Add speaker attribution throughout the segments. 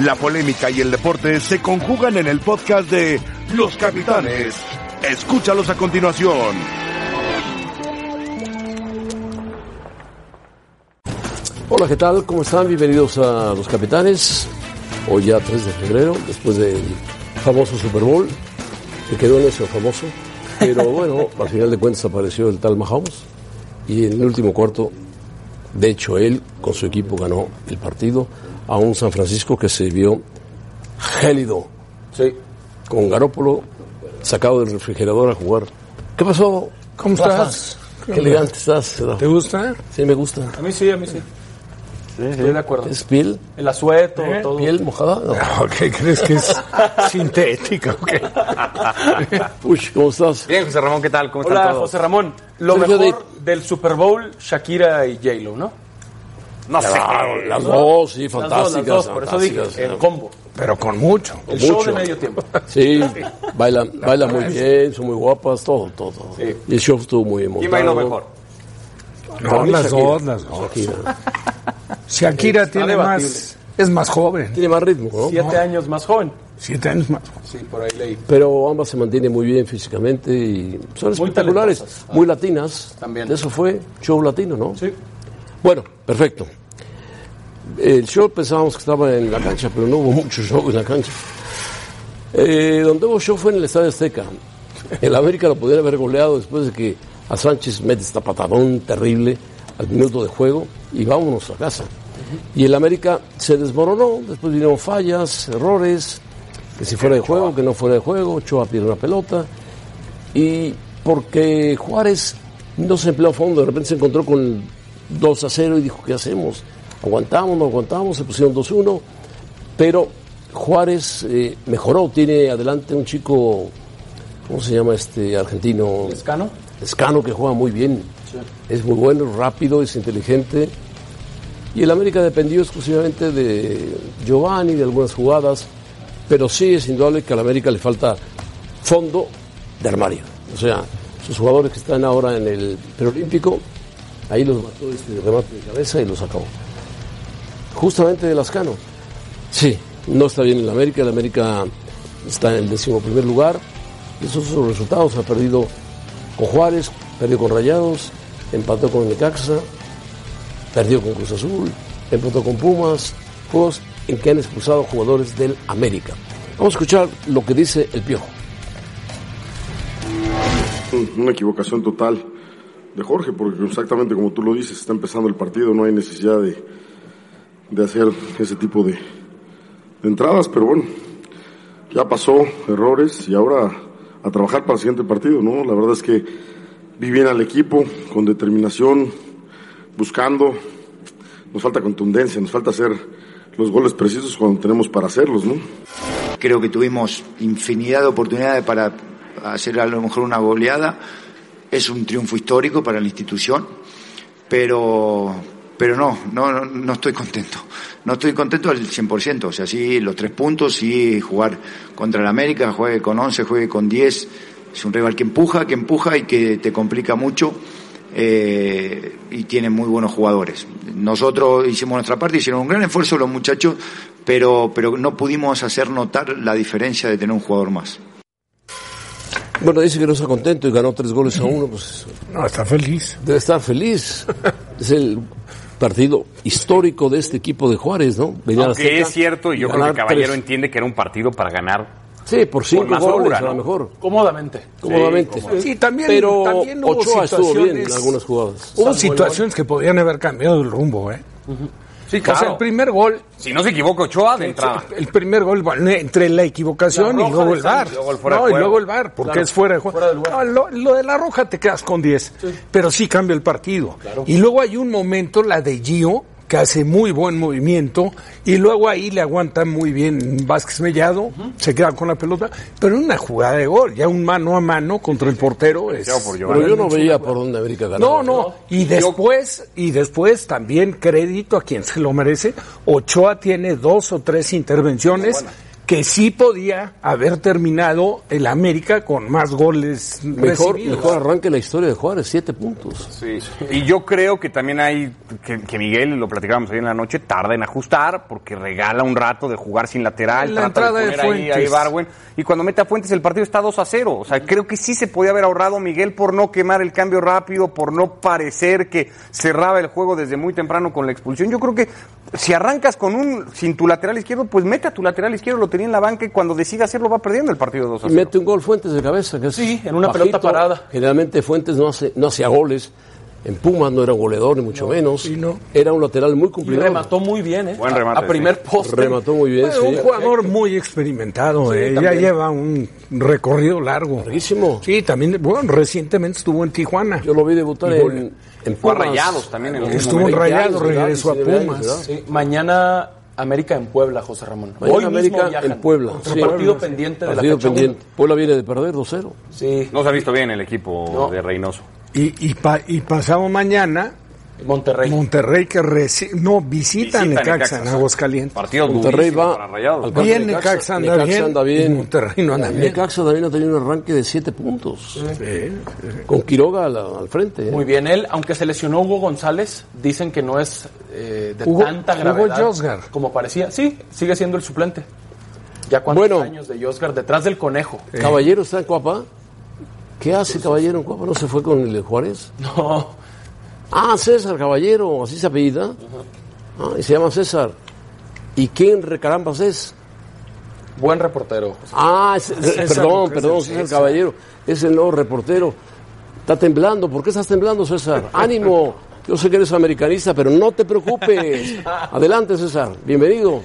Speaker 1: La polémica y el deporte se conjugan en el podcast de Los Capitanes. Escúchalos a continuación.
Speaker 2: Hola, ¿qué tal? ¿Cómo están? Bienvenidos a Los Capitanes. Hoy ya 3 de febrero, después del famoso Super Bowl, que quedó en eso famoso. Pero bueno, al final de cuentas apareció el tal Mahomes y en el último cuarto, de hecho, él con su equipo ganó el partido a un San Francisco que se vio gélido. Sí. Con Garópolo sacado del refrigerador a jugar. ¿Qué pasó?
Speaker 3: ¿Cómo
Speaker 2: Rafa?
Speaker 3: estás?
Speaker 2: Qué elegante estás. Rafa.
Speaker 3: ¿Te gusta?
Speaker 2: Sí, me gusta.
Speaker 3: A mí sí, a mí sí. Estoy de acuerdo.
Speaker 2: ¿Es piel?
Speaker 3: El asueto, todo.
Speaker 2: ¿Piel mojada? No.
Speaker 4: ¿Qué crees que es sintética? o qué?
Speaker 2: Uy, ¿cómo estás?
Speaker 5: Bien, José Ramón, ¿qué tal? ¿Cómo están
Speaker 3: Hola,
Speaker 5: todos?
Speaker 3: José Ramón. Lo
Speaker 2: Sergio
Speaker 3: mejor del Super Bowl, Shakira y J-Lo, ¿no?
Speaker 5: No sé.
Speaker 2: Claro, Ah, las dos, sí,
Speaker 3: Las dos,
Speaker 2: fantásticas.
Speaker 3: las dos, por eso dije,
Speaker 2: fantásticas.
Speaker 3: el combo.
Speaker 4: Pero con mucho.
Speaker 3: El
Speaker 2: Mucho.
Speaker 3: show de medio tiempo.
Speaker 2: Sí, baila, baila muy bien, son muy guapas, todo, todo. Y el show estuvo muy emotivo.
Speaker 5: ¿Quién bailó mejor?
Speaker 4: No, las dos, las dos. Shakira tiene
Speaker 3: debatible.
Speaker 4: más, es más joven,
Speaker 2: Tiene más ritmo, ¿no?
Speaker 3: Siete años más joven.
Speaker 4: siete años más.
Speaker 3: Sí, por ahí leí.
Speaker 2: Pero ambas se mantienen muy bien físicamente y son
Speaker 3: Muy
Speaker 2: espectaculares,
Speaker 3: talentosas.
Speaker 2: muy latinas.
Speaker 3: También.
Speaker 2: Eso fue show latino, ¿no?
Speaker 3: Sí.
Speaker 2: Bueno, perfecto. El show pensábamos que estaba en la cancha, pero no hubo mucho show en la cancha. Eh, donde hubo show fue en el Estadio Azteca. El América lo pudiera haber goleado después de que a Sánchez mete esta patadón terrible al minuto de juego y vámonos a casa. Y el América se desmoronó, después vinieron fallas, errores, que si fuera de juego, que no fuera de juego, Ochoa pierde una pelota. Y porque Juárez no se empleó a fondo, de repente se encontró con 2 a 0 y dijo, ¿qué hacemos? Aguantamos, no aguantamos, se pusieron 2-1, pero Juárez eh, mejoró, tiene adelante un chico, ¿cómo se llama este argentino?
Speaker 3: Lescano.
Speaker 2: Escano que juega muy bien. Es muy bueno, rápido, es inteligente. Y el América dependió exclusivamente de Giovanni, de algunas jugadas. Pero sí es indudable que al América le falta fondo de armario. O sea, sus jugadores que están ahora en el preolímpico, ahí los mató este remate de cabeza y los acabó. Justamente de Lascano. Sí, no está bien el América. El América está en el décimo primer lugar. Esos son los resultados. Ha perdido con Juárez, perdió con Rayados, empató con Necaxa, perdió con Cruz Azul, empató con Pumas. Juegos en que han expulsado jugadores del América. Vamos a escuchar lo que dice el Piojo.
Speaker 6: Una equivocación total de Jorge, porque exactamente como tú lo dices, está empezando el partido, no hay necesidad de, de hacer ese tipo de, de entradas, pero bueno, ya pasó, errores, y ahora a trabajar para el siguiente partido, ¿no? La verdad es que vi bien al equipo, con determinación, buscando, nos falta contundencia, nos falta hacer los goles precisos cuando tenemos para hacerlos, ¿no?
Speaker 7: Creo que tuvimos infinidad de oportunidades para hacer a lo mejor una goleada. Es un triunfo histórico para la institución, pero, pero no, no, no- no estoy contento. No estoy contento al 100%. O sea, sí, los tres puntos, sí, jugar contra el América, juegue con 11, juegue con 10. Es un rival que empuja, que empuja y que te complica mucho. eh, y tiene muy buenos jugadores. Nosotros hicimos nuestra parte, hicieron un gran esfuerzo los muchachos, pero, pero no pudimos hacer notar la diferencia de tener un jugador más.
Speaker 2: Bueno, dice que no está contento y ganó tres goles a uno. Pues
Speaker 4: No, está feliz.
Speaker 2: debe estar feliz. Es el partido histórico de este equipo de Juárez, ¿no? Venía a la
Speaker 5: Aunque
Speaker 2: Azteca,
Speaker 5: es cierto, y yo creo que
Speaker 2: ganar
Speaker 5: Caballero
Speaker 2: tres.
Speaker 5: entiende que era un partido para ganar.
Speaker 2: Sí, por cinco
Speaker 5: más
Speaker 2: goles,
Speaker 5: holgura,
Speaker 2: a lo
Speaker 5: ¿no?
Speaker 2: mejor.
Speaker 3: Cómodamente.
Speaker 2: Cómodamente.
Speaker 4: Sí, también-
Speaker 2: Pero
Speaker 4: también hubo
Speaker 2: Ochoa estuvo bien en
Speaker 4: situaciones-
Speaker 2: algunas jugadas.
Speaker 4: Hubo situaciones que podían haber cambiado el rumbo, ¿eh?
Speaker 5: Sí,
Speaker 4: O sea, el primer gol,
Speaker 5: Si no se equivoca Ochoa, de entrada.
Speaker 4: el primer gol bueno, entre la equivocación
Speaker 3: La
Speaker 4: y luego
Speaker 3: roja de
Speaker 4: el VAR.
Speaker 3: Sánchez,
Speaker 5: luego el fuera de
Speaker 4: no, y
Speaker 5: juego.
Speaker 4: luego el VAR, porque
Speaker 3: Claro,
Speaker 4: es fuera de juego.
Speaker 3: fuera de lugar.
Speaker 4: No, lo, lo de la roja te quedas con 10, pero sí cambia el partido. Y luego hay un momento, la de Gio, que hace muy buen movimiento, y luego ahí le aguanta muy bien Vázquez Mellado, se queda con la pelota, pero en una jugada de gol, ya un mano a mano contra el portero es...
Speaker 5: Por Giovanni. pues.
Speaker 2: Pero yo no veía por dónde América ganaba.
Speaker 4: No, no. Y después, y después también crédito a quien se lo merece. Ochoa tiene dos o tres intervenciones que sí podía haber terminado el América con más goles
Speaker 2: Mejor,
Speaker 4: recibidos.
Speaker 2: mejor arranque la historia de Juárez, siete puntos.
Speaker 5: Sí. Y yo creo que también hay, que, que Miguel, lo platicábamos ayer en la noche, tarda en ajustar porque regala un rato de jugar sin lateral.
Speaker 4: La
Speaker 5: trata
Speaker 4: entrada de
Speaker 5: poner ahí a
Speaker 4: Fuentes.
Speaker 5: Ibarwen. y cuando mete a Fuentes el partido está 2 a 0. O sea, creo que sí se podía haber ahorrado Miguel por no quemar el cambio rápido, por no parecer que cerraba el juego desde muy temprano con la expulsión. Yo creo que si arrancas con un sin tu lateral izquierdo, pues mete a tu lateral izquierdo, lo tenía en la banca y cuando decida hacerlo va perdiendo el partido 2 a
Speaker 2: Y
Speaker 5: 0.
Speaker 2: mete un gol Fuentes de cabeza. Que es
Speaker 3: Sí, en una pelota parada.
Speaker 2: Generalmente Fuentes no, hace, no hacía goles. En Pumas no era goleador, ni mucho menos.
Speaker 4: sí, no.
Speaker 2: Era un lateral muy
Speaker 3: Y
Speaker 2: cumplidor.
Speaker 3: remató muy bien, ¿eh?
Speaker 5: Buen remate,
Speaker 3: A, a primer poste.
Speaker 2: Remató muy bien,
Speaker 4: Bueno, un
Speaker 2: sí.
Speaker 4: jugador muy experimentado, eh, ya lleva un recorrido largo.
Speaker 2: Larguísimo.
Speaker 4: Sí, también, bueno, recientemente estuvo en Tijuana.
Speaker 2: Yo lo vi debutar
Speaker 4: Y gol.
Speaker 2: en, en
Speaker 5: Fue a
Speaker 2: Pumas. Ah,
Speaker 5: Rayados también en algún
Speaker 4: Estuvo en
Speaker 5: momento.
Speaker 4: Rayado,
Speaker 2: años de edad,
Speaker 4: regresó a
Speaker 2: 19 años de
Speaker 4: Pumas.
Speaker 2: edad.
Speaker 3: Sí, mañana América en Puebla, José Ramón.
Speaker 2: Mañana
Speaker 3: Hoy
Speaker 2: América
Speaker 3: mismo viajan.
Speaker 2: en Puebla.
Speaker 3: Otro
Speaker 2: sí.
Speaker 3: partido pendiente de
Speaker 2: Partido
Speaker 3: la fecha uno.
Speaker 2: pendiente. Puebla viene de perder 2-0.
Speaker 3: Sí.
Speaker 5: No se ha visto bien el equipo
Speaker 3: No.
Speaker 5: de Reynoso.
Speaker 4: Y, y, pa- y pasado mañana,
Speaker 3: Monterrey.
Speaker 4: Monterrey que reci- no, visita,
Speaker 5: Visita a
Speaker 4: a Necaxa en
Speaker 5: Necaxa.
Speaker 4: Aguascalientes.
Speaker 5: Partido
Speaker 2: Monterrey
Speaker 5: durísimo
Speaker 2: va
Speaker 5: para Rayados.
Speaker 2: al campo
Speaker 4: Bien,
Speaker 2: de
Speaker 4: Necaxa anda bien, y Monterrey no anda bien.
Speaker 2: Necaxa también ha tenido un arranque de 7 puntos. Con Quiroga al, al frente. ¿eh?
Speaker 3: Muy bien, él, aunque se lesionó Hugo González, dicen que no es eh, de
Speaker 4: Hugo-
Speaker 3: tanta
Speaker 4: Hugo
Speaker 3: gravedad
Speaker 4: Josgar.
Speaker 3: como parecía. Sí, sigue siendo el suplente. Ya cuántos
Speaker 2: Bueno.
Speaker 3: años de Josgar detrás del conejo.
Speaker 2: Caballero está en Cuapa. ¿Qué hace Caballero en Cuapa? ¿No se fue con el de Juárez?
Speaker 3: No,
Speaker 2: Ah, César Caballero, así se apellida. Ah, y se llama César. ¿Y quién recarambas es?
Speaker 3: buen reportero. José.
Speaker 2: Ah, es- perdón, perdón, César Caballero. Es el nuevo reportero. Está temblando. ¿Por qué estás temblando, César? Ánimo. Yo sé que eres americanista, pero no te preocupes. Adelante, César. Bienvenido.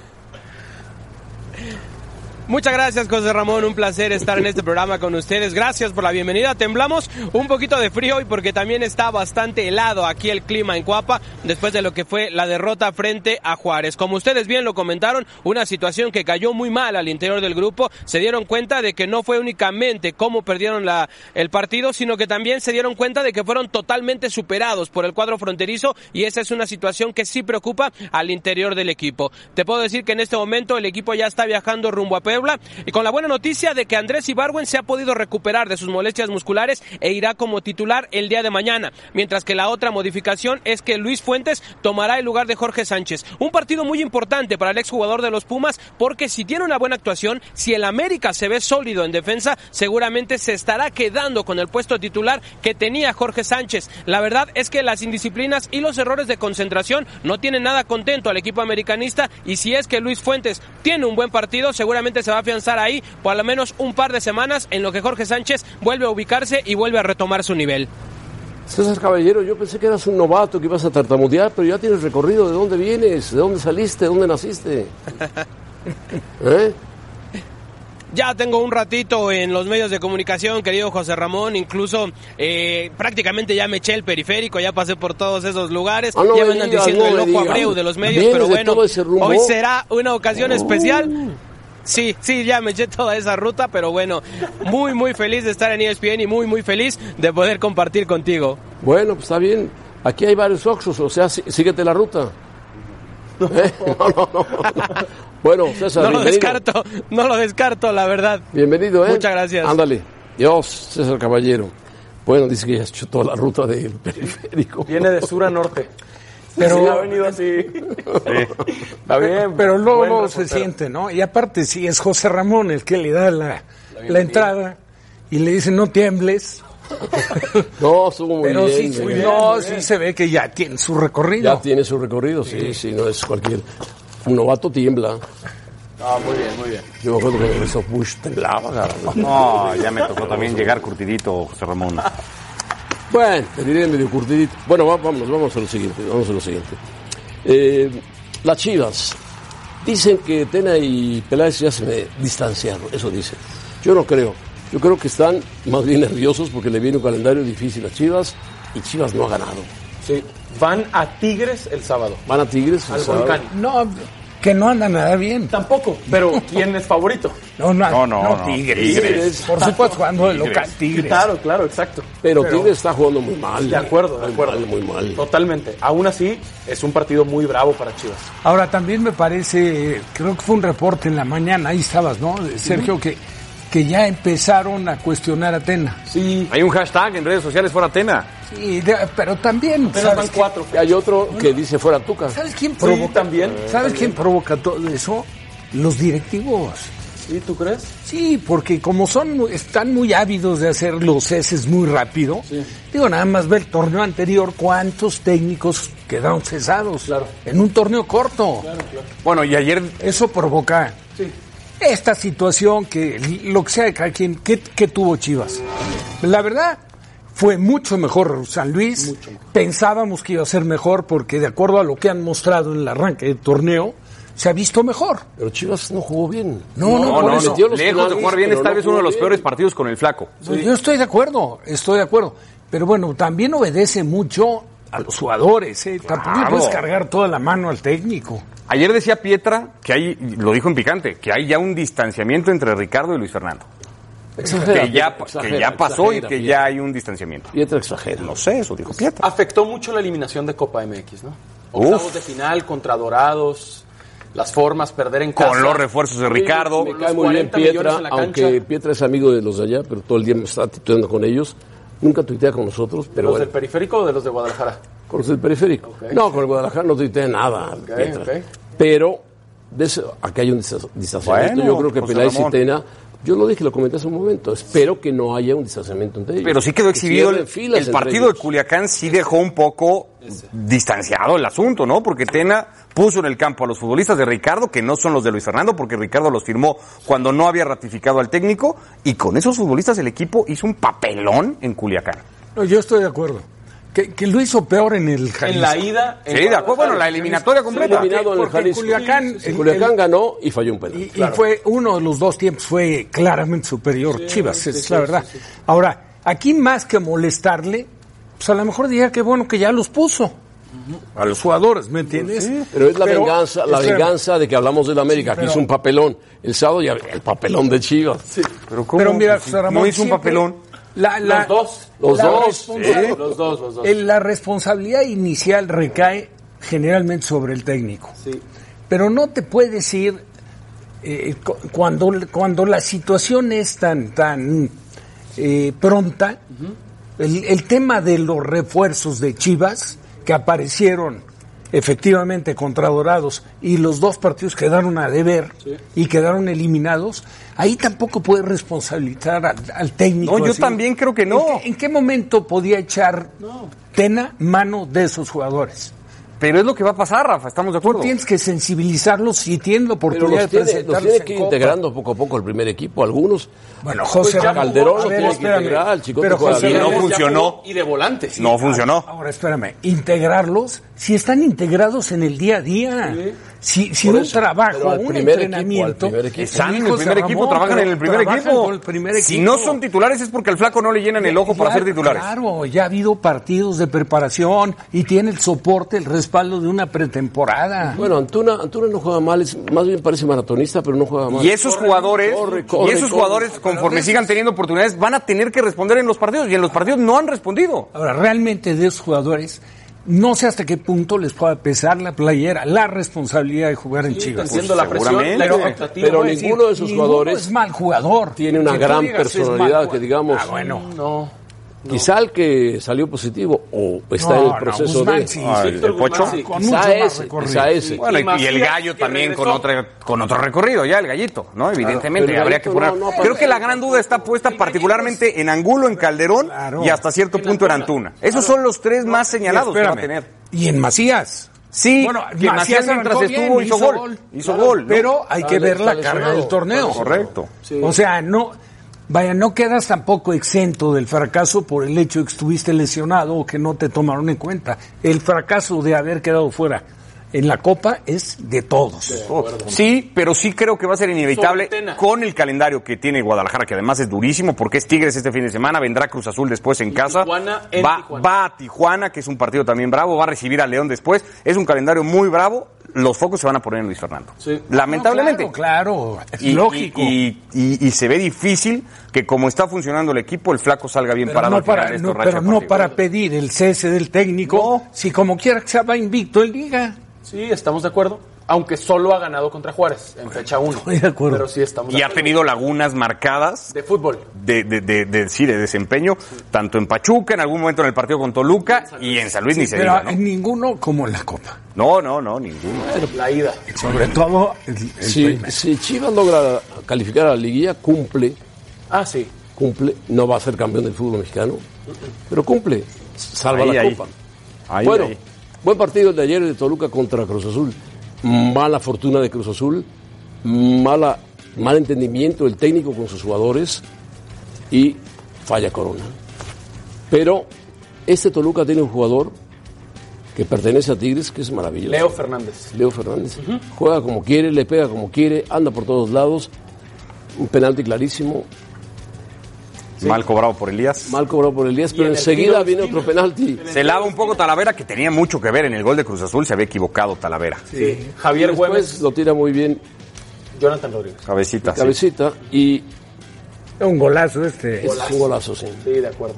Speaker 8: Muchas gracias, José Ramón. Un placer estar en este programa con ustedes. Gracias por la bienvenida. Temblamos un poquito de frío hoy porque también está bastante helado aquí el clima en Cuapa después de lo que fue la derrota frente a Juárez. Como ustedes bien lo comentaron, una situación que cayó muy mal al interior del grupo. Se dieron cuenta de que no fue únicamente cómo perdieron la, el partido, sino que también se dieron cuenta de que fueron totalmente superados por el cuadro fronterizo y esa es una situación que sí preocupa al interior del equipo. Te puedo decir que en este momento el equipo ya está viajando rumbo a Puebla y con la buena noticia de que Andrés Ibarwen se ha podido recuperar de sus molestias musculares e irá como titular el día de mañana, mientras que la otra modificación es que Luis Fuentes tomará el lugar de Jorge Sánchez. Un partido muy importante para el exjugador de los Pumas porque si tiene una buena actuación, si el América se ve sólido en defensa, seguramente se estará quedando con el puesto titular que tenía Jorge Sánchez. La verdad es que las indisciplinas y los errores de concentración no tienen nada contento al equipo americanista y si es que Luis Fuentes tiene un buen partido, seguramente se va a afianzar ahí por al menos un par de semanas en lo que Jorge Sánchez vuelve a ubicarse y vuelve a retomar su nivel.
Speaker 2: César Caballero, yo pensé que eras un novato que ibas a tartamudear, pero ya tienes recorrido. ¿De dónde vienes? ¿De dónde saliste? ¿De dónde naciste? ¿Eh?
Speaker 8: Ya tengo un ratito en los medios de comunicación, querido José Ramón, incluso eh, prácticamente ya me eché el periférico, ya pasé por todos esos lugares,
Speaker 2: Ah, no
Speaker 8: ya
Speaker 2: me
Speaker 8: me andan
Speaker 2: digas,
Speaker 8: diciendo
Speaker 2: no
Speaker 8: el
Speaker 2: me
Speaker 8: loco
Speaker 2: digas.
Speaker 8: Abreu de los medios,
Speaker 2: Vienes
Speaker 8: pero
Speaker 2: de
Speaker 8: bueno,
Speaker 2: todo ese rumbo.
Speaker 8: hoy será una ocasión especial. Sí, sí, ya me eché toda esa ruta, pero bueno, muy, muy feliz de estar en E ESPN y muy, muy feliz de poder compartir contigo.
Speaker 2: Bueno, pues está bien. Aquí hay varios oxos, o sea, sí- síguete la ruta. ¿Eh? No, no, no. Bueno, César,
Speaker 8: No lo
Speaker 2: bienvenido.
Speaker 8: descarto, no lo descarto, la verdad.
Speaker 2: Bienvenido, ¿eh?
Speaker 8: Muchas gracias.
Speaker 2: Ándale. Dios, César Caballero. Bueno, dice que ya has hecho toda la ruta del periférico.
Speaker 3: Viene de sur a norte.
Speaker 4: Pero-
Speaker 3: Pero ha venido así. Está bien.
Speaker 4: Pero luego,
Speaker 3: buen
Speaker 4: luego se
Speaker 3: reportero.
Speaker 4: siente, ¿no? Y aparte, si es José Ramón el que le da la, la entrada y le dice no tiembles,
Speaker 2: No, estuvo muy
Speaker 4: pero
Speaker 2: bien.
Speaker 4: sí,
Speaker 2: muy
Speaker 4: se-
Speaker 2: bien.
Speaker 4: no, sí se ve que ya tiene su
Speaker 2: Ya
Speaker 4: recorrido.
Speaker 2: tiene su recorrido, sí, sí, no es cualquier. Un novato tiembla.
Speaker 3: Ah, muy bien, muy bien.
Speaker 2: Yo me acuerdo que regresó Bush temblaba. cara.
Speaker 5: No, ya me tocó también llegar curtidito, José Ramón.
Speaker 2: Bueno, te diré medio curtidito. Bueno, va- vámonos, vamos a lo siguiente, vamos a lo siguiente. Eh, las Chivas. Dicen que Tena y Peláez ya se me distanciaron, eso dicen. Yo no creo. Yo creo que están más bien nerviosos porque le viene un calendario difícil a Chivas y Chivas no ha ganado.
Speaker 3: Sí. Van a Tigres el sábado.
Speaker 2: Van a Tigres. el
Speaker 3: Al
Speaker 2: sábado.
Speaker 3: volcán.
Speaker 4: No, que no anda nada bien.
Speaker 3: Tampoco, pero ¿quién es favorito?
Speaker 4: No, no,
Speaker 9: No,
Speaker 4: no,
Speaker 9: no, no.
Speaker 4: Tigres.
Speaker 9: Tigres.
Speaker 4: Por supuesto, jugando de local, Tigres.
Speaker 3: Claro, claro, exacto.
Speaker 2: Pero, Tigres está jugando muy mal.
Speaker 3: De acuerdo, de
Speaker 2: Muy
Speaker 3: acuerdo.
Speaker 2: mal, muy mal.
Speaker 3: Totalmente. Aún así, es un partido muy bravo para Chivas.
Speaker 4: Ahora también me parece, creo que fue un reporte en la mañana, ahí estabas, ¿no? Sergio, que, que ya empezaron a cuestionar a Atena.
Speaker 3: Sí,
Speaker 9: Hay un hashtag en redes sociales fuera Atena.
Speaker 4: Sí, de- pero también,
Speaker 3: apenas
Speaker 4: ¿sabes
Speaker 3: van
Speaker 4: qué?
Speaker 3: cuatro.
Speaker 2: Y Hay otro que dice fuera Tuca.
Speaker 4: ¿Sabes quién
Speaker 3: Sí,
Speaker 4: provoca?
Speaker 3: también,
Speaker 2: Eh,
Speaker 4: ¿Sabes quién provoca todo eso? Los directivos.
Speaker 3: ¿Sí, tú crees?
Speaker 4: Sí, porque como son mu- están muy ávidos de hacer los ceses muy rápido, digo, nada más ve el torneo anterior, cuántos técnicos quedaron cesados en un torneo corto.
Speaker 9: Bueno, y ayer
Speaker 4: Eso provoca esta situación que lo que sea de cada quien, ¿qué, qué tuvo Chivas? La verdad, fue mucho mejor San Luis. Pensábamos que iba a ser mejor porque de acuerdo a lo que han mostrado en el arranque del torneo, se ha visto mejor.
Speaker 2: Pero Chivas no jugó bien.
Speaker 4: No, no,
Speaker 9: No,
Speaker 4: por
Speaker 9: no,
Speaker 4: eso.
Speaker 9: no.
Speaker 2: Yo los
Speaker 9: Lejos de
Speaker 2: penales,
Speaker 9: jugar bien,
Speaker 2: pero
Speaker 9: es tal
Speaker 2: no
Speaker 9: vez uno de
Speaker 2: jugó
Speaker 9: los
Speaker 2: bien.
Speaker 9: peores partidos con el flaco.
Speaker 4: Yo estoy de acuerdo, estoy de acuerdo. Pero bueno, también obedece mucho a los jugadores. ¿eh? Tampoco le
Speaker 9: Claro.
Speaker 4: puedes cargar toda la mano al técnico.
Speaker 9: Ayer decía Pietra que hay, lo dijo en picante, que hay ya un distanciamiento entre Ricardo y Luis Fernando.
Speaker 2: Exagera,
Speaker 9: que, ya,
Speaker 2: exagera,
Speaker 9: que ya pasó y
Speaker 2: exagera,
Speaker 9: que
Speaker 2: Pietra.
Speaker 9: ya hay un distanciamiento.
Speaker 2: Pietra exagera. Ah.
Speaker 9: No sé, eso dijo Pietra.
Speaker 3: Afectó mucho la eliminación de Copa MX, ¿no? Octavos de final contra Dorados, las formas, perder en casa.
Speaker 9: Con los refuerzos de Ricardo.
Speaker 2: Me cae
Speaker 3: Los
Speaker 2: muy bien
Speaker 3: 40 millones
Speaker 2: Pietra,
Speaker 3: en la cancha.
Speaker 2: aunque Pietra es amigo de los de allá, pero todo el día me está tuiteando con ellos. Nunca tuitea con nosotros,
Speaker 3: ¿De
Speaker 2: pero
Speaker 3: los
Speaker 2: bueno,
Speaker 3: del periférico o de los de Guadalajara?
Speaker 2: con los del periférico. No, con el Guadalajara no tuitea nada, Pietra.
Speaker 3: ok.
Speaker 2: Pero de eso, acá hay un disa- distanciamiento.
Speaker 9: Bueno,
Speaker 2: yo creo que
Speaker 9: José
Speaker 2: Peláez
Speaker 9: Ramón.
Speaker 2: y Tena, yo lo dije, lo comenté hace un momento, espero que no haya un distanciamiento entre ellos.
Speaker 9: Pero sí quedó
Speaker 2: Que
Speaker 9: exhibido
Speaker 2: cierren
Speaker 9: el,
Speaker 2: filas
Speaker 9: el
Speaker 2: entre
Speaker 9: partido de
Speaker 2: ellos.
Speaker 9: Culiacán, sí dejó un poco distanciado el asunto, ¿no? Porque Tena puso en el campo a los futbolistas de Ricardo, que no son los de Luis Fernando, porque Ricardo los firmó cuando no había ratificado al técnico, y con esos futbolistas el equipo hizo un papelón en Culiacán.
Speaker 4: No, yo estoy de acuerdo. Que, que lo hizo peor en el Jalisco.
Speaker 3: En la ida. en
Speaker 9: Sí, de acuerdo, bueno,
Speaker 3: Guadalajara.
Speaker 9: la eliminatoria completa.
Speaker 2: Eliminado en el
Speaker 4: Porque
Speaker 2: Jalisco.
Speaker 4: Culiacán-
Speaker 2: Sí, sí, sí.
Speaker 4: el-
Speaker 2: Culiacán
Speaker 4: el-
Speaker 2: ganó y falló un penal.
Speaker 4: Y, y fue uno de los dos tiempos fue claramente superior Chivas, es la verdad. Ahora, aquí más que molestarle, pues a lo mejor diría que bueno que ya los puso. A los jugadores, ¿me entiendes?
Speaker 2: Pero es la venganza, la
Speaker 4: espera,
Speaker 2: venganza de que hablamos de la América, que
Speaker 4: pero-
Speaker 2: hizo un papelón. El sábado ya el papelón de Chivas.
Speaker 9: Pero, ¿cómo?
Speaker 4: Pero mira, José Ramón,
Speaker 9: no hizo un
Speaker 4: siempre
Speaker 9: papelón.
Speaker 4: La, la-
Speaker 3: Los dos.
Speaker 2: Los
Speaker 4: la
Speaker 2: dos.
Speaker 4: responsa-
Speaker 3: Sí, Los dos, los dos.
Speaker 4: el- la responsabilidad inicial recae generalmente sobre el técnico.
Speaker 3: Sí.
Speaker 4: Pero no te puedes ir eh, cu- cuando, cuando la situación es tan, tan eh, pronta. el, el tema de los refuerzos de Chivas que aparecieron efectivamente contra Dorados y los dos partidos quedaron a deber y quedaron eliminados, ahí tampoco puedes responsabilizar al, al técnico.
Speaker 9: No, yo también creo que no.
Speaker 4: ¿En qué, en qué momento podía echar Tena mano de esos jugadores?
Speaker 9: Pero es lo que va a pasar, Rafa, estamos de acuerdo.
Speaker 4: Tienes que sensibilizarlos si tienes la
Speaker 2: Pero
Speaker 4: oportunidad
Speaker 2: los
Speaker 4: de
Speaker 2: tiene, los
Speaker 4: presentarlos
Speaker 2: tiene
Speaker 4: en
Speaker 2: que ir
Speaker 4: Copa.
Speaker 2: integrando poco a poco el primer equipo. Algunos.
Speaker 4: Bueno, José
Speaker 2: Pues ya
Speaker 4: Ramón,
Speaker 2: Calderón
Speaker 4: a
Speaker 2: lo
Speaker 4: ver,
Speaker 2: tiene que
Speaker 4: espérame.
Speaker 2: integrar, el chico
Speaker 4: Pero
Speaker 2: tocó la
Speaker 4: José
Speaker 9: Y
Speaker 2: vida.
Speaker 9: no
Speaker 3: Ya
Speaker 4: Ramón,
Speaker 9: funcionó.
Speaker 3: jugó Y de volante. sí.
Speaker 9: No funcionó.
Speaker 4: Ahora, espérame, integrarlos si están integrados en el día a día. Si, si
Speaker 2: Por
Speaker 4: un
Speaker 2: eso,
Speaker 4: trabajo,
Speaker 2: pero al
Speaker 4: un
Speaker 2: primer equipo,
Speaker 4: entrenamiento.
Speaker 2: al primer equipo.
Speaker 9: Están en el
Speaker 4: José
Speaker 9: primer
Speaker 4: Ramón,
Speaker 9: equipo, trabajan
Speaker 4: pero
Speaker 9: en el primer
Speaker 4: trabajan
Speaker 9: equipo.
Speaker 4: con el primer
Speaker 9: Si
Speaker 4: equipo.
Speaker 9: no son titulares es porque al flaco no le llenan el ojo para
Speaker 4: Ya,
Speaker 9: ser titulares.
Speaker 4: Claro, ya ha habido partidos de preparación y tiene el soporte, el respaldo de una pretemporada.
Speaker 2: Bueno, Antuna, Antuna no juega mal, es, más bien parece maratonista, pero no juega mal.
Speaker 9: Y esos jugadores,
Speaker 2: corre, corre,
Speaker 9: y esos
Speaker 2: corre.
Speaker 9: jugadores, conforme sigan teniendo oportunidades, van a tener que responder en los partidos. Y en los partidos no han respondido.
Speaker 4: Ahora, realmente de esos jugadores, no sé hasta qué punto les pueda pesar la playera, la responsabilidad de jugar en
Speaker 3: Sí, te
Speaker 4: Chivas. pues,
Speaker 3: entiendo la presión, la
Speaker 9: seguramente.
Speaker 3: expectativa.
Speaker 2: Pero
Speaker 3: güey.
Speaker 2: ni- ninguno de esos jugadores
Speaker 4: es mal jugador.
Speaker 2: tiene una
Speaker 4: Que tú
Speaker 2: gran
Speaker 4: digas, es mal
Speaker 2: personalidad que
Speaker 4: jugador.
Speaker 2: digamos-
Speaker 4: Ah, bueno.
Speaker 3: No.
Speaker 2: Quizá el que salió positivo o está
Speaker 4: No,
Speaker 2: en el
Speaker 4: no,
Speaker 2: proceso
Speaker 4: Guzmán,
Speaker 2: de.
Speaker 4: sí,
Speaker 9: Ay,
Speaker 4: sí.
Speaker 9: Ah, ¿el Pocho?
Speaker 3: sí.
Speaker 4: Con mucho
Speaker 2: Quizá
Speaker 4: más
Speaker 2: ese,
Speaker 4: recorrido.
Speaker 2: quizá ese.
Speaker 9: Bueno, y, y el
Speaker 3: Macías,
Speaker 9: gallo
Speaker 3: que
Speaker 9: también con,
Speaker 3: regresó.
Speaker 9: otra, con otro recorrido, ya el gallito, ¿no?
Speaker 2: Ah,
Speaker 9: Evidentemente,
Speaker 2: pero el
Speaker 9: habría que
Speaker 2: gallito
Speaker 9: apurar.
Speaker 2: no, no
Speaker 9: Creo
Speaker 2: aparece.
Speaker 9: que la gran duda está puesta particularmente en Angulo, en Calderón
Speaker 4: Claro.
Speaker 9: y hasta cierto punto en Antuna. Esos son los tres más señalados que va a
Speaker 4: Espérame,
Speaker 9: tener.
Speaker 4: Y en Macías.
Speaker 9: Sí,
Speaker 4: Bueno,
Speaker 9: que
Speaker 4: Macías
Speaker 9: Macías mientras
Speaker 4: arrancó
Speaker 9: estuvo
Speaker 4: bien,
Speaker 9: hizo,
Speaker 4: hizo
Speaker 9: gol.
Speaker 4: gol.
Speaker 9: Hizo gol. ¿no?
Speaker 4: Pero hay que
Speaker 2: Está
Speaker 4: ver la
Speaker 2: lesionado,
Speaker 4: carga del torneo.
Speaker 9: Correcto.
Speaker 4: O sea, no, vaya, no quedas tampoco exento del fracaso por el hecho de que estuviste lesionado o que no te tomaron en cuenta. El fracaso de haber quedado fuera en la Copa es de todos.
Speaker 9: Sí, pero sí creo que va a ser inevitable
Speaker 3: Sobre Tena.
Speaker 9: con el calendario que tiene Guadalajara, que además es durísimo porque es Tigres este fin de semana, vendrá Cruz Azul después en casa,
Speaker 3: Tijuana en
Speaker 9: va,
Speaker 3: Tijuana.
Speaker 9: va a Tijuana, que es un partido también bravo, va a recibir a León después, es un calendario muy bravo. los focos se van a poner en Luis Fernando. Lamentablemente.
Speaker 4: No, claro, claro.
Speaker 9: Y,
Speaker 4: lógico.
Speaker 9: Y, y- y- y se ve difícil que como está funcionando el equipo, el flaco salga bien
Speaker 4: pero
Speaker 9: parado
Speaker 4: no
Speaker 9: al final
Speaker 4: para,
Speaker 9: de esta
Speaker 4: no,
Speaker 9: racha
Speaker 4: pero
Speaker 9: de
Speaker 4: no
Speaker 9: partidos.
Speaker 4: para pedir el cese del técnico, si como quiera que sea va invicto el liga.
Speaker 3: Sí, estamos de acuerdo. Aunque solo ha ganado contra Juárez en fecha 1.
Speaker 4: Estoy de acuerdo.
Speaker 3: Pero sí estamos de
Speaker 9: Y ha
Speaker 3: acuerdo.
Speaker 9: tenido lagunas marcadas
Speaker 3: De fútbol.
Speaker 9: de, de, de, de- sí, de desempeño, tanto en Pachuca, en algún momento en el partido con Toluca y en San Luis ni se
Speaker 4: Pero
Speaker 9: diga,
Speaker 4: en ninguno como en la Copa.
Speaker 9: ¿no? No, no, no, ninguno.
Speaker 3: La ida.
Speaker 4: Sobre todo el, el
Speaker 2: Si,
Speaker 4: primer.
Speaker 2: si Chivas logra calificar a la liguilla, cumple,
Speaker 3: Ah, sí.
Speaker 2: cumple, no va a ser campeón del fútbol mexicano, pero cumple, salva
Speaker 9: Ahí,
Speaker 2: la
Speaker 9: ahí.
Speaker 2: copa.
Speaker 9: Ahí,
Speaker 2: bueno,
Speaker 9: ahí.
Speaker 2: buen partido el de ayer de Toluca contra Cruz Azul. Mala fortuna de Cruz Azul, mala, mal entendimiento del técnico con sus jugadores y falla Corona. Pero este Toluca tiene un jugador que pertenece a Tigres que es maravilloso.
Speaker 3: Leo Fernández.
Speaker 2: Leo Fernández. Juega como quiere, le pega como quiere, anda por todos lados. Un penalti clarísimo,
Speaker 9: Mal cobrado por Elías.
Speaker 2: mal cobrado por Elías, pero
Speaker 3: en el tiro
Speaker 2: enseguida
Speaker 3: de
Speaker 2: viene
Speaker 3: esquina.
Speaker 2: otro penalti.
Speaker 9: Se lava un poco Talavera, que tenía mucho que ver en el gol de Cruz Azul, se había equivocado Talavera.
Speaker 3: Sí. Javier
Speaker 2: Después
Speaker 3: Güemes,
Speaker 2: lo tira muy bien
Speaker 3: Jonathan Rodríguez.
Speaker 9: Cabecita. sí.
Speaker 2: Cabecita y
Speaker 4: Un golazo este.
Speaker 2: este es un golazo, sí.
Speaker 3: Sí, de acuerdo.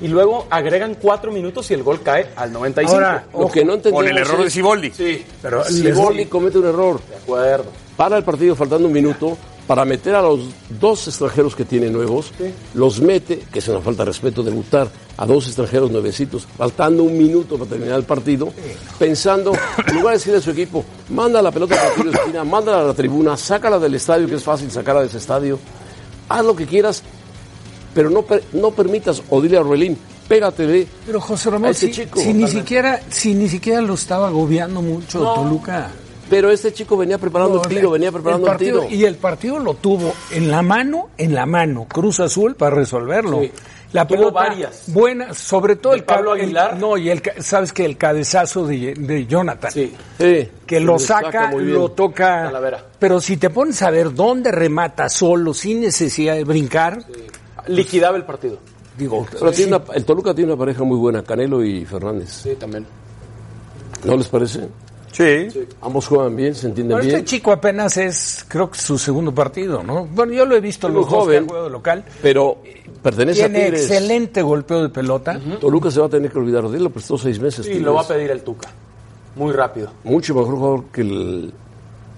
Speaker 3: Y luego agregan cuatro minutos y el gol cae al 95.
Speaker 4: Ahora,
Speaker 2: Lo que no entendemos
Speaker 9: Con el error de
Speaker 2: es
Speaker 9: Siboldi.
Speaker 3: sí,
Speaker 4: Pero
Speaker 2: si
Speaker 4: les-
Speaker 2: Boldi comete un error,
Speaker 3: de acuerdo.
Speaker 2: para el partido faltando un minuto, para meter a los dos extranjeros que tiene nuevos, los mete, que es una falta de respeto debutar a dos extranjeros nuevecitos, faltando un minuto para terminar el partido, pensando, en lugar de decirle a su equipo, manda la pelota al partido de esquina, mándala a la tribuna, sácala del estadio, que es fácil sacarla de ese estadio, haz lo que quieras, pero no, per- no permitas, o dile a Ruelín, pégate de...
Speaker 4: Pero José
Speaker 2: a
Speaker 4: Ramón,
Speaker 2: ese
Speaker 4: si,
Speaker 2: chico,
Speaker 4: si ni
Speaker 2: totalmente.
Speaker 4: siquiera, si ni siquiera lo estaba agobiando mucho Toluca.
Speaker 2: Pero este chico venía preparando el tiro, venía preparando
Speaker 4: el
Speaker 2: el,
Speaker 4: partido,
Speaker 2: tiro.
Speaker 4: Y el partido lo tuvo en la mano, en la mano, Cruz Azul para resolverlo.
Speaker 3: Sí.
Speaker 4: La
Speaker 3: Tuvo
Speaker 4: pelota
Speaker 3: varias.
Speaker 4: buena, sobre todo
Speaker 3: De
Speaker 4: el ca-
Speaker 3: Pablo
Speaker 4: el-
Speaker 3: Aguilar.
Speaker 4: no, y el ca- sabes que el cabezazo de, de Jonathan.
Speaker 3: Sí.
Speaker 2: Sí,
Speaker 4: Que lo
Speaker 2: saca
Speaker 4: saca,
Speaker 2: muy bien.
Speaker 4: lo toca.
Speaker 3: Talavera.
Speaker 4: Pero si te pones a ver dónde remata solo, sin necesidad de brincar,
Speaker 3: Liquidaba el partido.
Speaker 4: digo,
Speaker 2: Pero tiene una- el Toluca tiene una pareja muy buena, Canelo y Fernández.
Speaker 3: Sí, también.
Speaker 2: ¿No les parece?
Speaker 9: Sí.
Speaker 2: Ambos juegan bien, se entienden
Speaker 4: Pero
Speaker 2: bien.
Speaker 4: este chico apenas es, creo que su segundo partido, ¿no? Bueno, yo lo he visto
Speaker 2: Es
Speaker 4: los
Speaker 2: muy
Speaker 4: dos que
Speaker 2: joven.
Speaker 4: ha jugado de local.
Speaker 2: pero pertenece a
Speaker 4: Tiene
Speaker 2: Tigres.
Speaker 4: excelente golpeo de pelota.
Speaker 2: Toluca se va a tener que olvidar de él, lo prestó seis meses.
Speaker 3: Y
Speaker 2: Tigres.
Speaker 3: lo va a pedir el Tuca. Muy rápido.
Speaker 2: Mucho mejor jugador que el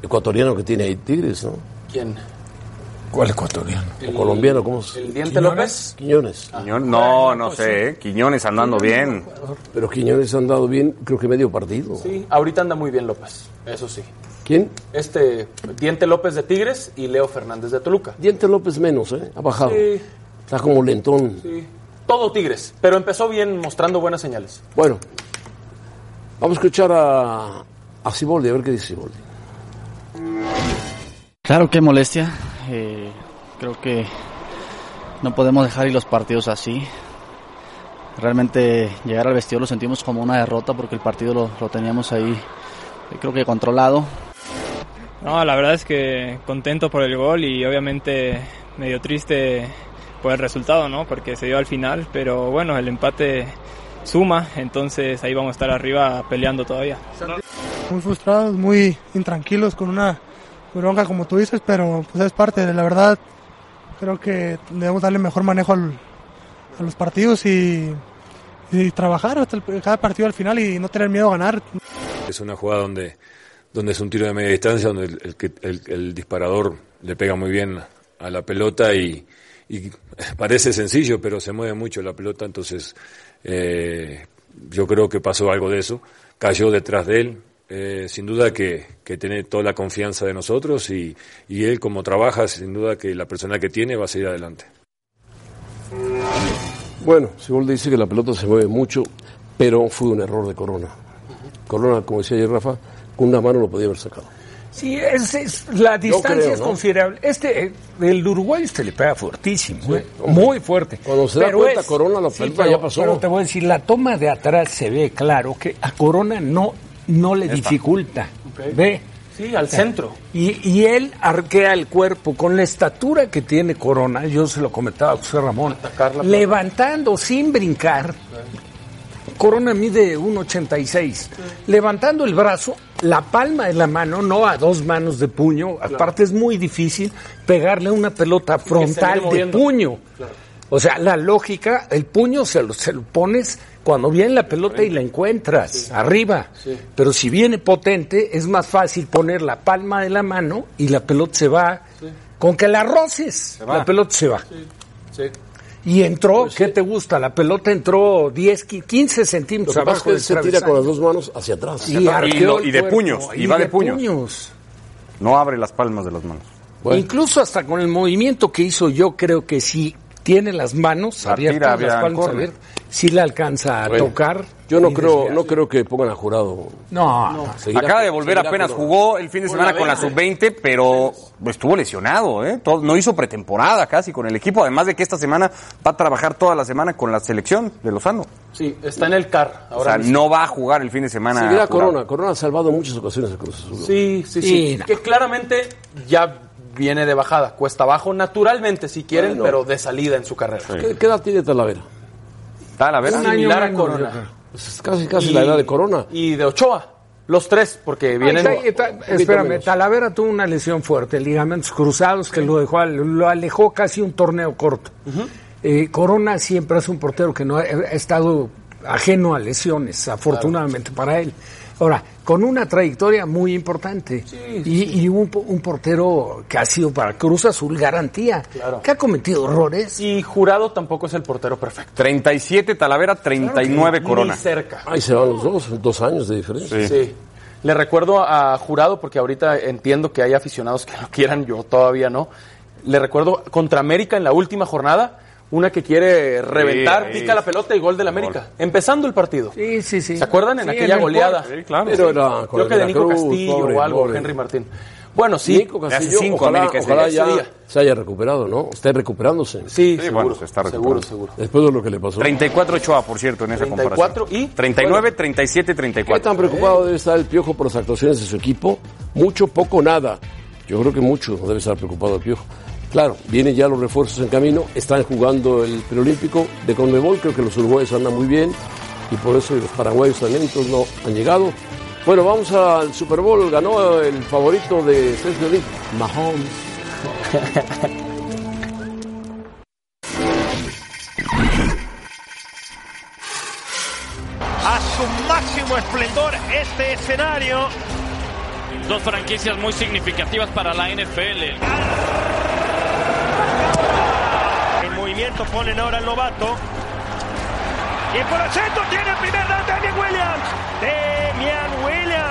Speaker 2: ecuatoriano que tiene ahí Tigres, ¿no?
Speaker 3: ¿Quién?
Speaker 4: ¿Cuál ecuatoriano?
Speaker 2: O colombiano, ¿cómo se
Speaker 3: ¿El Diente López? Ah. pues
Speaker 2: Quiñones.
Speaker 9: Quiñón- no,
Speaker 4: pues
Speaker 9: no sé. ¿eh? Quiñones andando bien.
Speaker 2: Pero Quiñones han dado bien, creo que medio partido.
Speaker 3: Sí, ahorita anda muy bien López, eso sí.
Speaker 2: ¿Quién?
Speaker 3: Este, Diente López de Tigres y Leo Fernández de Toluca.
Speaker 2: Diente López menos, ¿eh? Ha bajado.
Speaker 3: Sí.
Speaker 2: Está como lentón.
Speaker 3: Sí. Todo Tigres, pero empezó bien mostrando buenas señales.
Speaker 2: Bueno, vamos a escuchar a, a Siboldi, a ver qué dice Siboldi.
Speaker 10: Claro que molestia. eh, creo que no podemos dejar ir los partidos así. Realmente llegar al vestidor lo sentimos como una derrota porque el partido lo, lo teníamos ahí, eh, creo que controlado.
Speaker 11: No, la verdad es que contento por el gol y obviamente medio triste por el resultado, ¿no? Porque se dio al final, pero bueno, el empate suma, entonces ahí vamos a estar arriba peleando todavía.
Speaker 12: muy frustrados, muy intranquilos con una bronca como tú dices, pero pues es parte de la verdad. Creo que debemos darle mejor manejo al- a los partidos y, y trabajar hasta el- cada partido al final y no tener miedo a ganar.
Speaker 13: Es una jugada donde, donde es un tiro de media distancia, donde el, el que- el- el disparador le pega muy bien a la pelota y, y parece sencillo, pero se mueve mucho la pelota, entonces eh, yo creo que pasó algo de eso. Cayó detrás de él, eh, sin duda que, que tiene toda la confianza de nosotros y, y él como trabaja, sin duda que la persona que tiene va a seguir adelante.
Speaker 2: Bueno, Siboldi dice que la pelota se mueve mucho, pero fue un error de Corona. Corona, como decía ayer Rafa, con una mano lo podía haber sacado.
Speaker 4: Sí, es, es- la distancia
Speaker 2: creo,
Speaker 4: es
Speaker 2: ¿no?
Speaker 4: considerable. Este, eh, el Uruguay este le pega fuertísimo, ¿eh? muy fuerte.
Speaker 2: Cuando se da cuenta Corona, la pelota
Speaker 4: pero-
Speaker 2: ya pasó.
Speaker 4: Pero te voy a decir, la toma de atrás se ve claro que a Corona no, no le dificulta. Ve.
Speaker 3: Sí, al centro.
Speaker 4: Y, y él arquea el cuerpo con la estatura que tiene Corona, yo se lo comentaba a José Ramón,
Speaker 3: Atacar la pelota.
Speaker 4: levantando sin brincar, Corona mide 1,86. Levantando el brazo, la palma de la mano, no a dos manos de puño. Aparte es muy difícil pegarle una pelota frontal de
Speaker 3: moviendo.
Speaker 4: puño. O sea, la lógica, el puño se lo, se lo pones cuando viene la pelota y la encuentras, arriba.
Speaker 3: Sí.
Speaker 4: Pero si viene potente, es más fácil poner la palma de la mano y la pelota se va. Con que la roces,
Speaker 3: va.
Speaker 4: la pelota se va.
Speaker 3: Sí.
Speaker 4: Y entró, ¿qué te gusta? La pelota entró 10, 15
Speaker 2: Pues Lo
Speaker 4: centímetros
Speaker 2: que pasa es
Speaker 4: abajo
Speaker 2: que
Speaker 4: del
Speaker 2: se tira con
Speaker 4: travesaño.
Speaker 2: las dos manos hacia atrás.
Speaker 4: Y arqueó
Speaker 9: no-
Speaker 4: el
Speaker 9: y de
Speaker 4: cuerpo,
Speaker 9: puños, y va de puños. No abre las palmas de las manos.
Speaker 4: Incluso hasta con el movimiento que hizo, yo creo que si tiene las manos
Speaker 9: La tira
Speaker 4: abiertas,
Speaker 9: había
Speaker 4: las palmas
Speaker 9: corner.
Speaker 4: abiertas, si la alcanza a
Speaker 2: Bueno,
Speaker 4: tocar.
Speaker 2: Yo no
Speaker 4: y
Speaker 2: creo,
Speaker 4: desviar.
Speaker 2: no creo que pongan a jurado.
Speaker 4: No,
Speaker 2: Seguirá-
Speaker 9: Acaba de volver,
Speaker 2: seguirá
Speaker 9: apenas
Speaker 2: con-
Speaker 9: jugó el fin de
Speaker 2: Con
Speaker 9: semana
Speaker 2: la
Speaker 9: con la sub-20, pero estuvo lesionado, ¿eh? Todo- no hizo pretemporada casi con el equipo, además de que esta semana va a trabajar toda la semana con la selección de Lozano.
Speaker 3: Sí, está en el CAR.
Speaker 9: O
Speaker 3: Ahora
Speaker 9: sea,
Speaker 3: mismo.
Speaker 9: no va a jugar el fin de semana.
Speaker 2: Seguirá
Speaker 9: jurado.
Speaker 2: Corona. Corona ha salvado en muchas ocasiones a Cruz Azul.
Speaker 3: Sí, sí, sí. Que claramente ya viene de bajada, cuesta abajo, naturalmente si quieren,
Speaker 2: Bueno.
Speaker 3: pero de salida en su carrera.
Speaker 2: ¿Qué, qué edad tiene Talavera?
Speaker 9: Talavera.
Speaker 3: Un año Similar a menos, Corona. yo creo.
Speaker 2: Pues es casi, casi la edad de Corona.
Speaker 3: Y de Ochoa, los tres, porque vienen...
Speaker 4: Ay, ta- ta- espérame, Talavera tuvo una lesión fuerte, ligamentos cruzados que lo dejó, al- lo alejó casi un torneo corto. Eh, Corona siempre es un portero que no ha, ha estado ajeno a lesiones, afortunadamente para él. Ahora, con una trayectoria muy importante y, y un, po- un portero que ha sido para Cruz Azul garantía, que ha cometido errores.
Speaker 3: Y Jurado tampoco es el portero perfecto.
Speaker 9: 37 Talavera, 39 Corona.
Speaker 3: Ni cerca.
Speaker 2: Ahí se van los dos, dos años de diferencia.
Speaker 3: Sí. Le recuerdo a Jurado, porque ahorita entiendo que hay aficionados que lo quieran, yo todavía no. Le recuerdo contra América en la última jornada, una que quiere reventar,
Speaker 2: ahí.
Speaker 3: pica la pelota y gol del América. Empezando el partido.
Speaker 4: Sí, sí, sí.
Speaker 3: ¿Se acuerdan en
Speaker 2: Sí,
Speaker 3: aquella
Speaker 2: en el
Speaker 3: goleada?
Speaker 2: cuarto. Sí, claro. Pero era con
Speaker 3: Creo
Speaker 2: el
Speaker 3: que de Nico
Speaker 2: Veracruz,
Speaker 3: Castillo
Speaker 2: pobre,
Speaker 3: o algo,
Speaker 2: pobre.
Speaker 3: Henry Martín. Bueno, sí.
Speaker 2: Nico Castillo, ojalá, ojalá ya se haya recuperado, ¿no? Está recuperándose.
Speaker 3: Sí,
Speaker 9: Sí, bueno, se está recuperando.
Speaker 2: Después de lo que le pasó.
Speaker 9: 34 Ochoa, por cierto, en esa
Speaker 2: 34
Speaker 9: comparación. 39, 37,
Speaker 2: ¿Qué
Speaker 9: 34.
Speaker 2: tan preocupado debe estar el Piojo por las actuaciones de su equipo? Mucho, poco, nada. Yo creo que mucho debe estar preocupado el Piojo. Claro, vienen ya los refuerzos en camino, están jugando el preolímpico de Conmebol, creo que los uruguayos andan muy bien y por eso y los paraguayos también, entonces no han llegado. Bueno, vamos al Super Bowl, ganó el favorito de Sergio Díaz, Mahomes.
Speaker 14: a su máximo esplendor este escenario.
Speaker 15: Dos franquicias muy significativas para la NFL.
Speaker 14: En movimiento ponen ahora al novato. Y por el centro tiene el primer down Damian Williams. Damian Williams.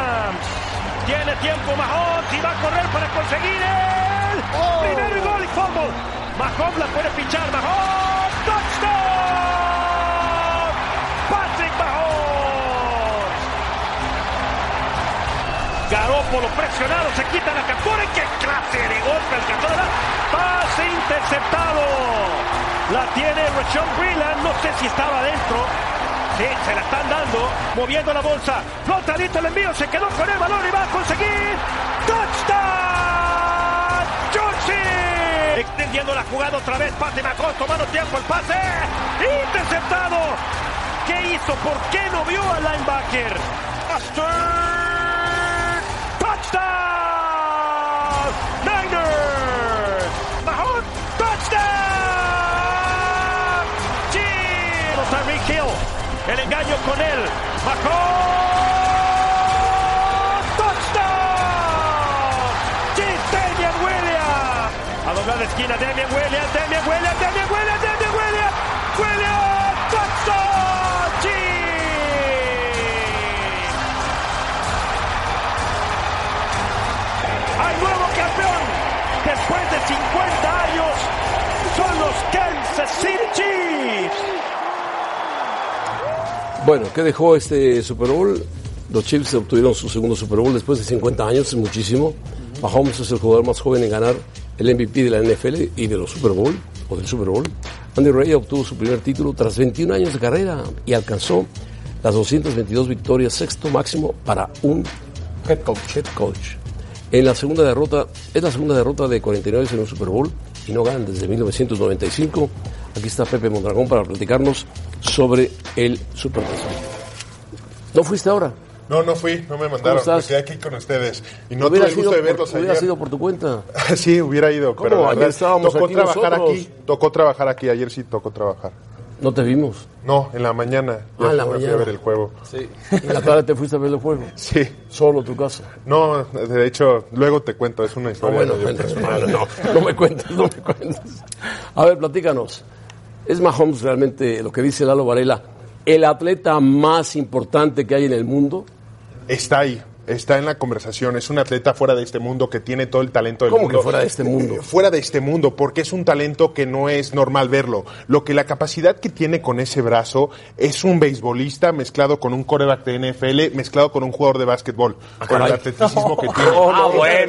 Speaker 14: Tiene tiempo Mahomes y va a correr para conseguir el primer gol y fumble. Mahomes la puede pichar. Mahomes. Touchdown. Patrick Mahomes. Garópolo presionado, se quita la captura y qué clase de golpe alcanzó la pase interceptado. La tiene Rashon Freeland, no sé si estaba adentro. Sí, se la están dando, moviendo la bolsa. Flota, listo el envío, se quedó con el balón y va a conseguir touchdown. Johnson extendiendo la jugada otra vez. Pase Macón, tomando tiempo el pase. Interceptado. ¿Qué hizo? ¿Por qué no vio al linebacker? Mustard. Touchdown. Niners. Mahon. Touchdown. Chill. Tyreek Hill. El engaño con él. Mahon. Touchdown. Chill. Damian Williams. A doblar la esquina. Damian Williams. Damian Williams. Damian Williams. Damian Williams. Williams. Touchdown. Chill. al nuevo campeón después de 50 años son los Kansas City Chiefs.
Speaker 2: Bueno, ¿qué dejó este Super Bowl? Los Chiefs obtuvieron su segundo Super Bowl después de 50 años, es muchísimo. Mahomes es el jugador más joven en ganar el MVP de la NFL y de los Super Bowl, o del Super Bowl. Andy Reid obtuvo su primer título tras 21 años de carrera y alcanzó las 222 victorias, sexto máximo para un head coach. En la segunda derrota, es la segunda derrota de 49 en un Super Bowl y no ganan desde 1995. Aquí está Pepe Mondragón para platicarnos sobre el Super Bowl. ¿No fuiste ahora?
Speaker 16: No, no fui, no me mandaron.
Speaker 2: estás?
Speaker 16: Me quedé aquí con ustedes. Y no tuve
Speaker 2: Hubiera
Speaker 16: el gusto
Speaker 2: sido
Speaker 16: de
Speaker 2: por-
Speaker 16: verlos
Speaker 2: hubiera
Speaker 16: ayer.
Speaker 2: sido por tu cuenta. Ah,
Speaker 16: sí, hubiera ido,
Speaker 2: ¿Cómo?
Speaker 16: pero la
Speaker 2: Ayer
Speaker 16: verdad,
Speaker 2: estábamos
Speaker 16: tocó
Speaker 2: aquí
Speaker 16: trabajar
Speaker 2: nosotros.
Speaker 16: aquí. Tocó trabajar aquí, ayer sí tocó trabajar.
Speaker 2: ¿No te vimos?
Speaker 16: No, en la mañana.
Speaker 2: Ah, en la
Speaker 16: me fui
Speaker 2: mañana.
Speaker 16: a ver el juego.
Speaker 2: Sí. ¿En la tarde te fuiste a ver el juego?
Speaker 16: Sí.
Speaker 2: ¿Solo a tu casa?
Speaker 16: No, de hecho, luego te cuento, es una historia.
Speaker 2: bueno,
Speaker 16: medio
Speaker 2: bueno,
Speaker 16: personal.
Speaker 2: bueno, no, no me cuentes, no me cuentes. A ver, platícanos. ¿Es Mahomes realmente lo que dice Lalo Varela, el atleta más importante que hay en el mundo?
Speaker 16: Está ahí, está en la conversación. Es un atleta fuera de este mundo que tiene todo el talento del
Speaker 2: ¿Cómo
Speaker 16: mundo.
Speaker 2: que fuera de este mundo?
Speaker 16: Eh, Fuera de este mundo, porque es un talento que no es normal verlo. Lo que la capacidad que tiene con ese brazo es un beisbolista mezclado con un coreback de NFL, mezclado con un jugador de básquetbol. con el
Speaker 2: Ah, caray.
Speaker 16: atleticismo que tiene.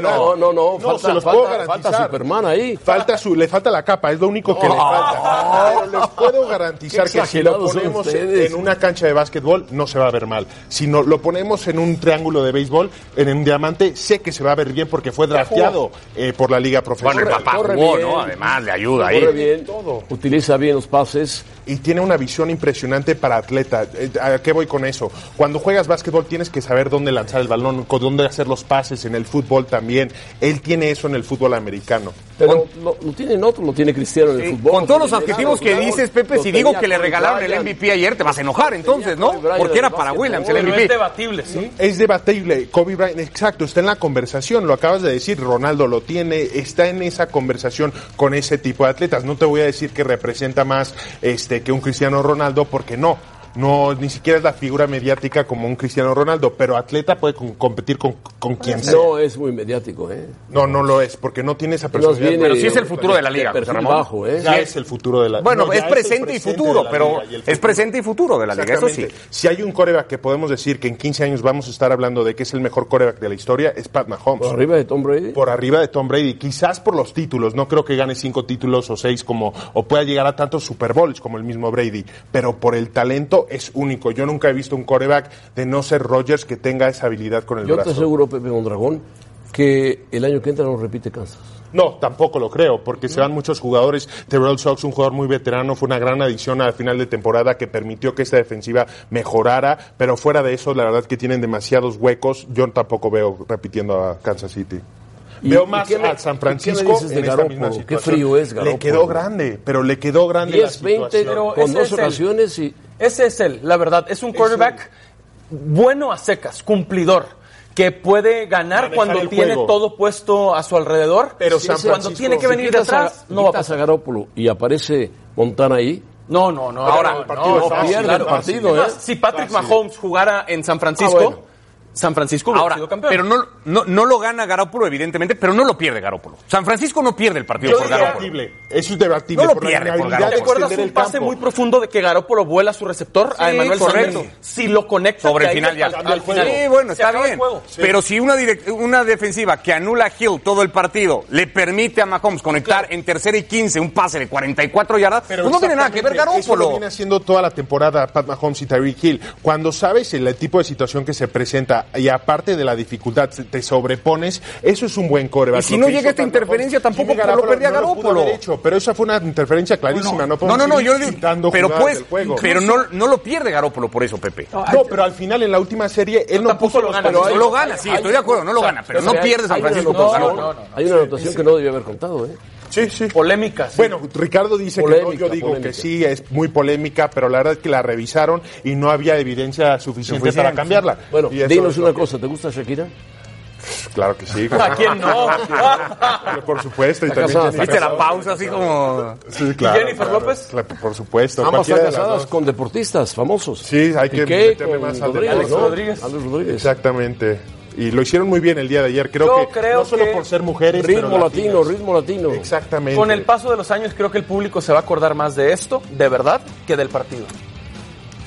Speaker 2: No, no, no, falta,
Speaker 16: se los
Speaker 2: falta-
Speaker 16: puedo garantizar.
Speaker 2: falta Superman ahí.
Speaker 16: Falta su, le falta la capa, es lo único que le falta. Pero les puedo garantizar
Speaker 2: Qué
Speaker 16: que si lo
Speaker 2: exagerados son
Speaker 16: ponemos
Speaker 2: ustedes.
Speaker 16: en una cancha de básquetbol, no se va a ver mal. Si no, lo ponemos en un triángulo de béisbol, en un diamante, sé que se va a ver bien porque fue drafteado eh, por la liga profesional.
Speaker 9: Bueno, el papá Corre jugó, bien. ¿no? Además, Eh, le ayuda ahí. Corre bien.
Speaker 16: Todo.
Speaker 2: Utiliza bien los pases.
Speaker 16: Y tiene una visión impresionante para atleta. Eh, ¿A qué voy con eso? Cuando juegas básquetbol tienes que saber dónde lanzar el balón, con dónde hacer los pases, en el fútbol también. Él tiene eso en el fútbol americano.
Speaker 2: Pero lo, lo tienen otros, lo tiene Cristiano en el fútbol.
Speaker 9: Con todos los
Speaker 2: Lo tiene
Speaker 9: adjetivos que
Speaker 2: Lalo,
Speaker 9: dices,
Speaker 2: lo
Speaker 9: Pepe, si
Speaker 2: tenía
Speaker 9: digo que le
Speaker 2: Kobe
Speaker 9: regalaron el
Speaker 2: Bryant.
Speaker 9: MVP ayer, te vas a enojar entonces, ¿no? Porque era para Williams el MVP.
Speaker 16: debatible, ¿sí? Es debatible. Kobe Bryant, exacto, está en la conversación, lo acabas de decir. Ronaldo lo tiene, está en esa conversación con ese tipo de atletas. No te voy a decir que representa más este que un Cristiano Ronaldo, porque no. No, ni siquiera es la figura mediática como un Cristiano Ronaldo, pero atleta puede con- competir con, con quien sea.
Speaker 2: No es muy mediático, ¿eh?
Speaker 16: No, no lo es, porque no tiene esa
Speaker 2: Nos
Speaker 16: personalidad.
Speaker 2: viene Pero sí es el futuro de ¿eh? la liga,
Speaker 16: perfil
Speaker 2: José Ramón.
Speaker 16: Ya
Speaker 2: Sí.
Speaker 16: es el futuro de la
Speaker 9: Bueno,
Speaker 16: No,
Speaker 9: es
Speaker 16: ya
Speaker 9: presente y
Speaker 16: el presente
Speaker 9: futuro,
Speaker 16: de la
Speaker 9: pero
Speaker 16: liga y el
Speaker 9: es
Speaker 16: futuro.
Speaker 9: presente y futuro de la liga, eso sí.
Speaker 16: Exactamente. Si hay un coreback que podemos decir que en 15 años vamos a estar hablando de que es el mejor coreback de la historia, es Pat Mahomes.
Speaker 2: ¿Por arriba de Tom Brady?
Speaker 16: Por arriba de Tom Brady, quizás por los títulos. No creo que gane cinco títulos o seis como, o pueda llegar a tantos Super Bowls como el mismo Brady, pero por el talento es único. Yo nunca he visto un coreback de no ser Rodgers que tenga esa habilidad con el
Speaker 2: Yo te
Speaker 16: brazo.
Speaker 2: aseguro, Pepe Mondragón, que el año que entra no repite Kansas.
Speaker 16: No, tampoco lo creo, porque se van muchos jugadores. Terrell Sox, un jugador muy veterano, fue una gran adición al final de temporada que permitió que esta defensiva mejorara, pero fuera de eso, la verdad que tienen demasiados huecos. Yo tampoco veo repitiendo a Kansas City.
Speaker 2: ¿Y-
Speaker 16: Veo
Speaker 2: y
Speaker 16: más
Speaker 2: qué me-
Speaker 16: a San
Speaker 2: y qué me
Speaker 16: Francisco
Speaker 2: dices de
Speaker 16: en esta
Speaker 2: Garoppolo?
Speaker 16: misma
Speaker 2: Qué
Speaker 16: situación.
Speaker 2: frío es
Speaker 16: Le
Speaker 2: Garoppolo.
Speaker 16: quedó grande, pero le quedó grande la
Speaker 3: 10, 20,
Speaker 16: situación.
Speaker 3: pero ese es el- Ese es él, la verdad. Es un quarterback bueno a secas, cumplidor. Que puede ganar
Speaker 16: Manejar
Speaker 3: cuando
Speaker 16: el
Speaker 3: tiene
Speaker 16: juego.
Speaker 3: todo puesto a su alrededor.
Speaker 16: Pero
Speaker 3: Sí,
Speaker 16: San
Speaker 3: sí, cuando
Speaker 16: Francisco-
Speaker 3: tiene que
Speaker 16: Si
Speaker 3: venir de
Speaker 2: quitas a-
Speaker 3: atrás, no va a
Speaker 2: quitas
Speaker 3: pasar.
Speaker 2: a Garópolo y aparece Montana ahí.
Speaker 3: No, no, no. Ahora,
Speaker 2: el partido
Speaker 3: no,
Speaker 2: es fácil,
Speaker 3: pierde
Speaker 2: claro.
Speaker 3: el partido,
Speaker 2: Es
Speaker 3: ¿eh?
Speaker 2: más,
Speaker 3: Si Patrick Mahomes jugara en San Francisco,
Speaker 9: Ah, bueno.
Speaker 3: San Francisco hubiera
Speaker 9: Ahora,
Speaker 3: sido campeón.
Speaker 9: pero no, no, no lo gana Garópolo, evidentemente, pero no lo pierde Garópolo. San Francisco no pierde el partido
Speaker 3: Yo
Speaker 9: por
Speaker 3: diría-
Speaker 9: Garópolo.
Speaker 16: Eso es debatible.
Speaker 9: No lo
Speaker 16: por la
Speaker 9: pierde por
Speaker 16: inhabilidad de
Speaker 9: Garoppolo.
Speaker 3: ¿Te acuerdas
Speaker 16: extender
Speaker 3: un
Speaker 16: el
Speaker 3: pase
Speaker 16: campo?
Speaker 3: muy profundo de que Garoppolo vuela su receptor a
Speaker 9: Sí,
Speaker 3: Emmanuel
Speaker 9: correcto.
Speaker 3: Sanders? Si lo conecta
Speaker 9: Sobre el
Speaker 3: cae
Speaker 9: final ya.
Speaker 3: al- al final.
Speaker 9: Sí, bueno,
Speaker 3: Se
Speaker 9: está
Speaker 3: acaba el
Speaker 9: bien.
Speaker 3: juego.
Speaker 9: Pero si una, direc- una defensiva que anula a Hill todo el partido le permite a Mahomes conectar en tercera y 15 un pase de 44 yardas, pues no tiene nada que ver
Speaker 16: Exactamente, Eso lo
Speaker 9: Garópolo.
Speaker 16: viene haciendo toda la temporada Pat Mahomes y Tyreek Hill. Cuando sabes el tipo de situación que se presenta y aparte de la dificultad se- te sobrepones, eso es un buen coreback.
Speaker 9: Y si no llega esta interferencia, tampoco lo perdía Garoppolo.
Speaker 16: pero esa fue una interferencia clarísima. No,
Speaker 9: No,
Speaker 16: podemos
Speaker 9: no, no,
Speaker 16: ir
Speaker 9: yo le digo,
Speaker 16: quitando
Speaker 9: pero
Speaker 16: jugadas
Speaker 9: pues,
Speaker 16: del juego.
Speaker 9: pero no, no lo pierde Garópolo por eso, Pepe.
Speaker 16: No, pero al final en la última serie él no puso los
Speaker 9: gana,
Speaker 16: pases.
Speaker 9: no lo gana, sí, estoy de acuerdo, no lo gana, pero no pierde San
Speaker 2: Hay una
Speaker 9: Francisco por
Speaker 2: anotación-
Speaker 9: Garópolo.
Speaker 2: Hay una anotación que no debió haber contado, ¿eh?
Speaker 16: Sí, sí.
Speaker 3: Polémicas.
Speaker 16: Bueno, Ricardo dice que no,
Speaker 2: Polémica,
Speaker 16: yo digo
Speaker 2: polémica.
Speaker 16: que sí, es muy polémica, pero la verdad es que la revisaron y no había evidencia suficiente para cambiarla.
Speaker 2: Bueno,
Speaker 16: Y eso
Speaker 2: dinos
Speaker 16: es lo
Speaker 2: una cosa, ¿te gusta Shakira?
Speaker 16: Claro que sí.
Speaker 2: ¿A quién no?
Speaker 16: Pero por supuesto. Y
Speaker 2: Está
Speaker 16: también
Speaker 2: casada,
Speaker 16: Jennifer
Speaker 2: ¿viste la
Speaker 16: Lopez.
Speaker 9: pausa así como-
Speaker 16: Sí, claro,
Speaker 2: ¿Y Jennifer
Speaker 16: claro,
Speaker 2: Lopez?
Speaker 16: claro, por supuesto.
Speaker 2: Ambas
Speaker 16: cualquiera
Speaker 2: están
Speaker 16: de las
Speaker 2: casadas
Speaker 16: dos.
Speaker 2: con deportistas famosos.
Speaker 16: Sí, hay que
Speaker 2: Piqué
Speaker 16: meterle
Speaker 2: con
Speaker 16: más al
Speaker 2: Rodríguez,
Speaker 16: detalle,
Speaker 2: ¿no?
Speaker 16: ¿no?
Speaker 2: Alex Rodríguez.
Speaker 16: Exactamente. Y lo hicieron muy bien el día de ayer. Creo
Speaker 3: Yo
Speaker 16: que
Speaker 3: creo
Speaker 16: no solo
Speaker 3: que-
Speaker 16: por ser mujeres,
Speaker 3: Ritmo
Speaker 16: pero
Speaker 3: latino,
Speaker 16: latinas.
Speaker 2: ritmo latino.
Speaker 16: Exactamente.
Speaker 3: Con el paso de los años creo que el público se va a acordar más de esto, de verdad, que del partido.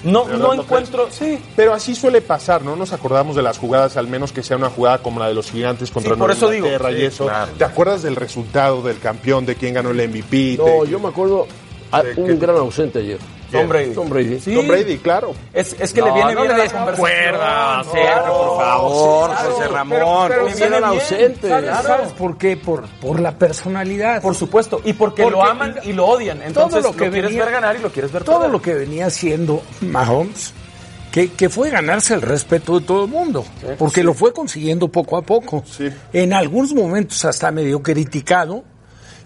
Speaker 3: No,
Speaker 16: De verdad,
Speaker 3: no
Speaker 16: no
Speaker 3: encuentro, sí,
Speaker 16: Pero así suele pasar, ¿no? Nos acordamos de las jugadas, al menos que sea una jugada como la de los gigantes contra
Speaker 3: Sí, por
Speaker 16: Nueva
Speaker 3: eso digo.
Speaker 16: Inglaterra y
Speaker 3: Sí,
Speaker 16: eso.
Speaker 3: claro.
Speaker 16: ¿Te acuerdas del resultado, del campeón, de quién ganó el MVP?
Speaker 2: No,
Speaker 16: de-
Speaker 2: yo me acuerdo, ah,
Speaker 16: ¿De
Speaker 2: hubo
Speaker 16: qué?
Speaker 2: un gran ausente ayer.
Speaker 16: ¿Quién? Tom Brady.
Speaker 2: Tom Brady.
Speaker 16: Tom Brady, claro.
Speaker 3: Es, es que le viene bien a la conversación.
Speaker 9: por favor, José Ramón.
Speaker 3: pero
Speaker 9: Ni
Speaker 3: sale
Speaker 9: bien
Speaker 3: bien,
Speaker 9: ausente.
Speaker 3: sale-
Speaker 9: Claro.
Speaker 4: ¿Sabes por qué? Por, por la personalidad. Por
Speaker 3: supuesto, y porque, lo aman y lo odian. Entonces lo, quieres ver ganar y lo quieres ver
Speaker 4: Todo
Speaker 3: perder.
Speaker 4: lo que venía haciendo Mahomes que, que fue ganarse el respeto de todo el mundo, porque lo fue consiguiendo poco a poco. En algunos momentos hasta medio criticado,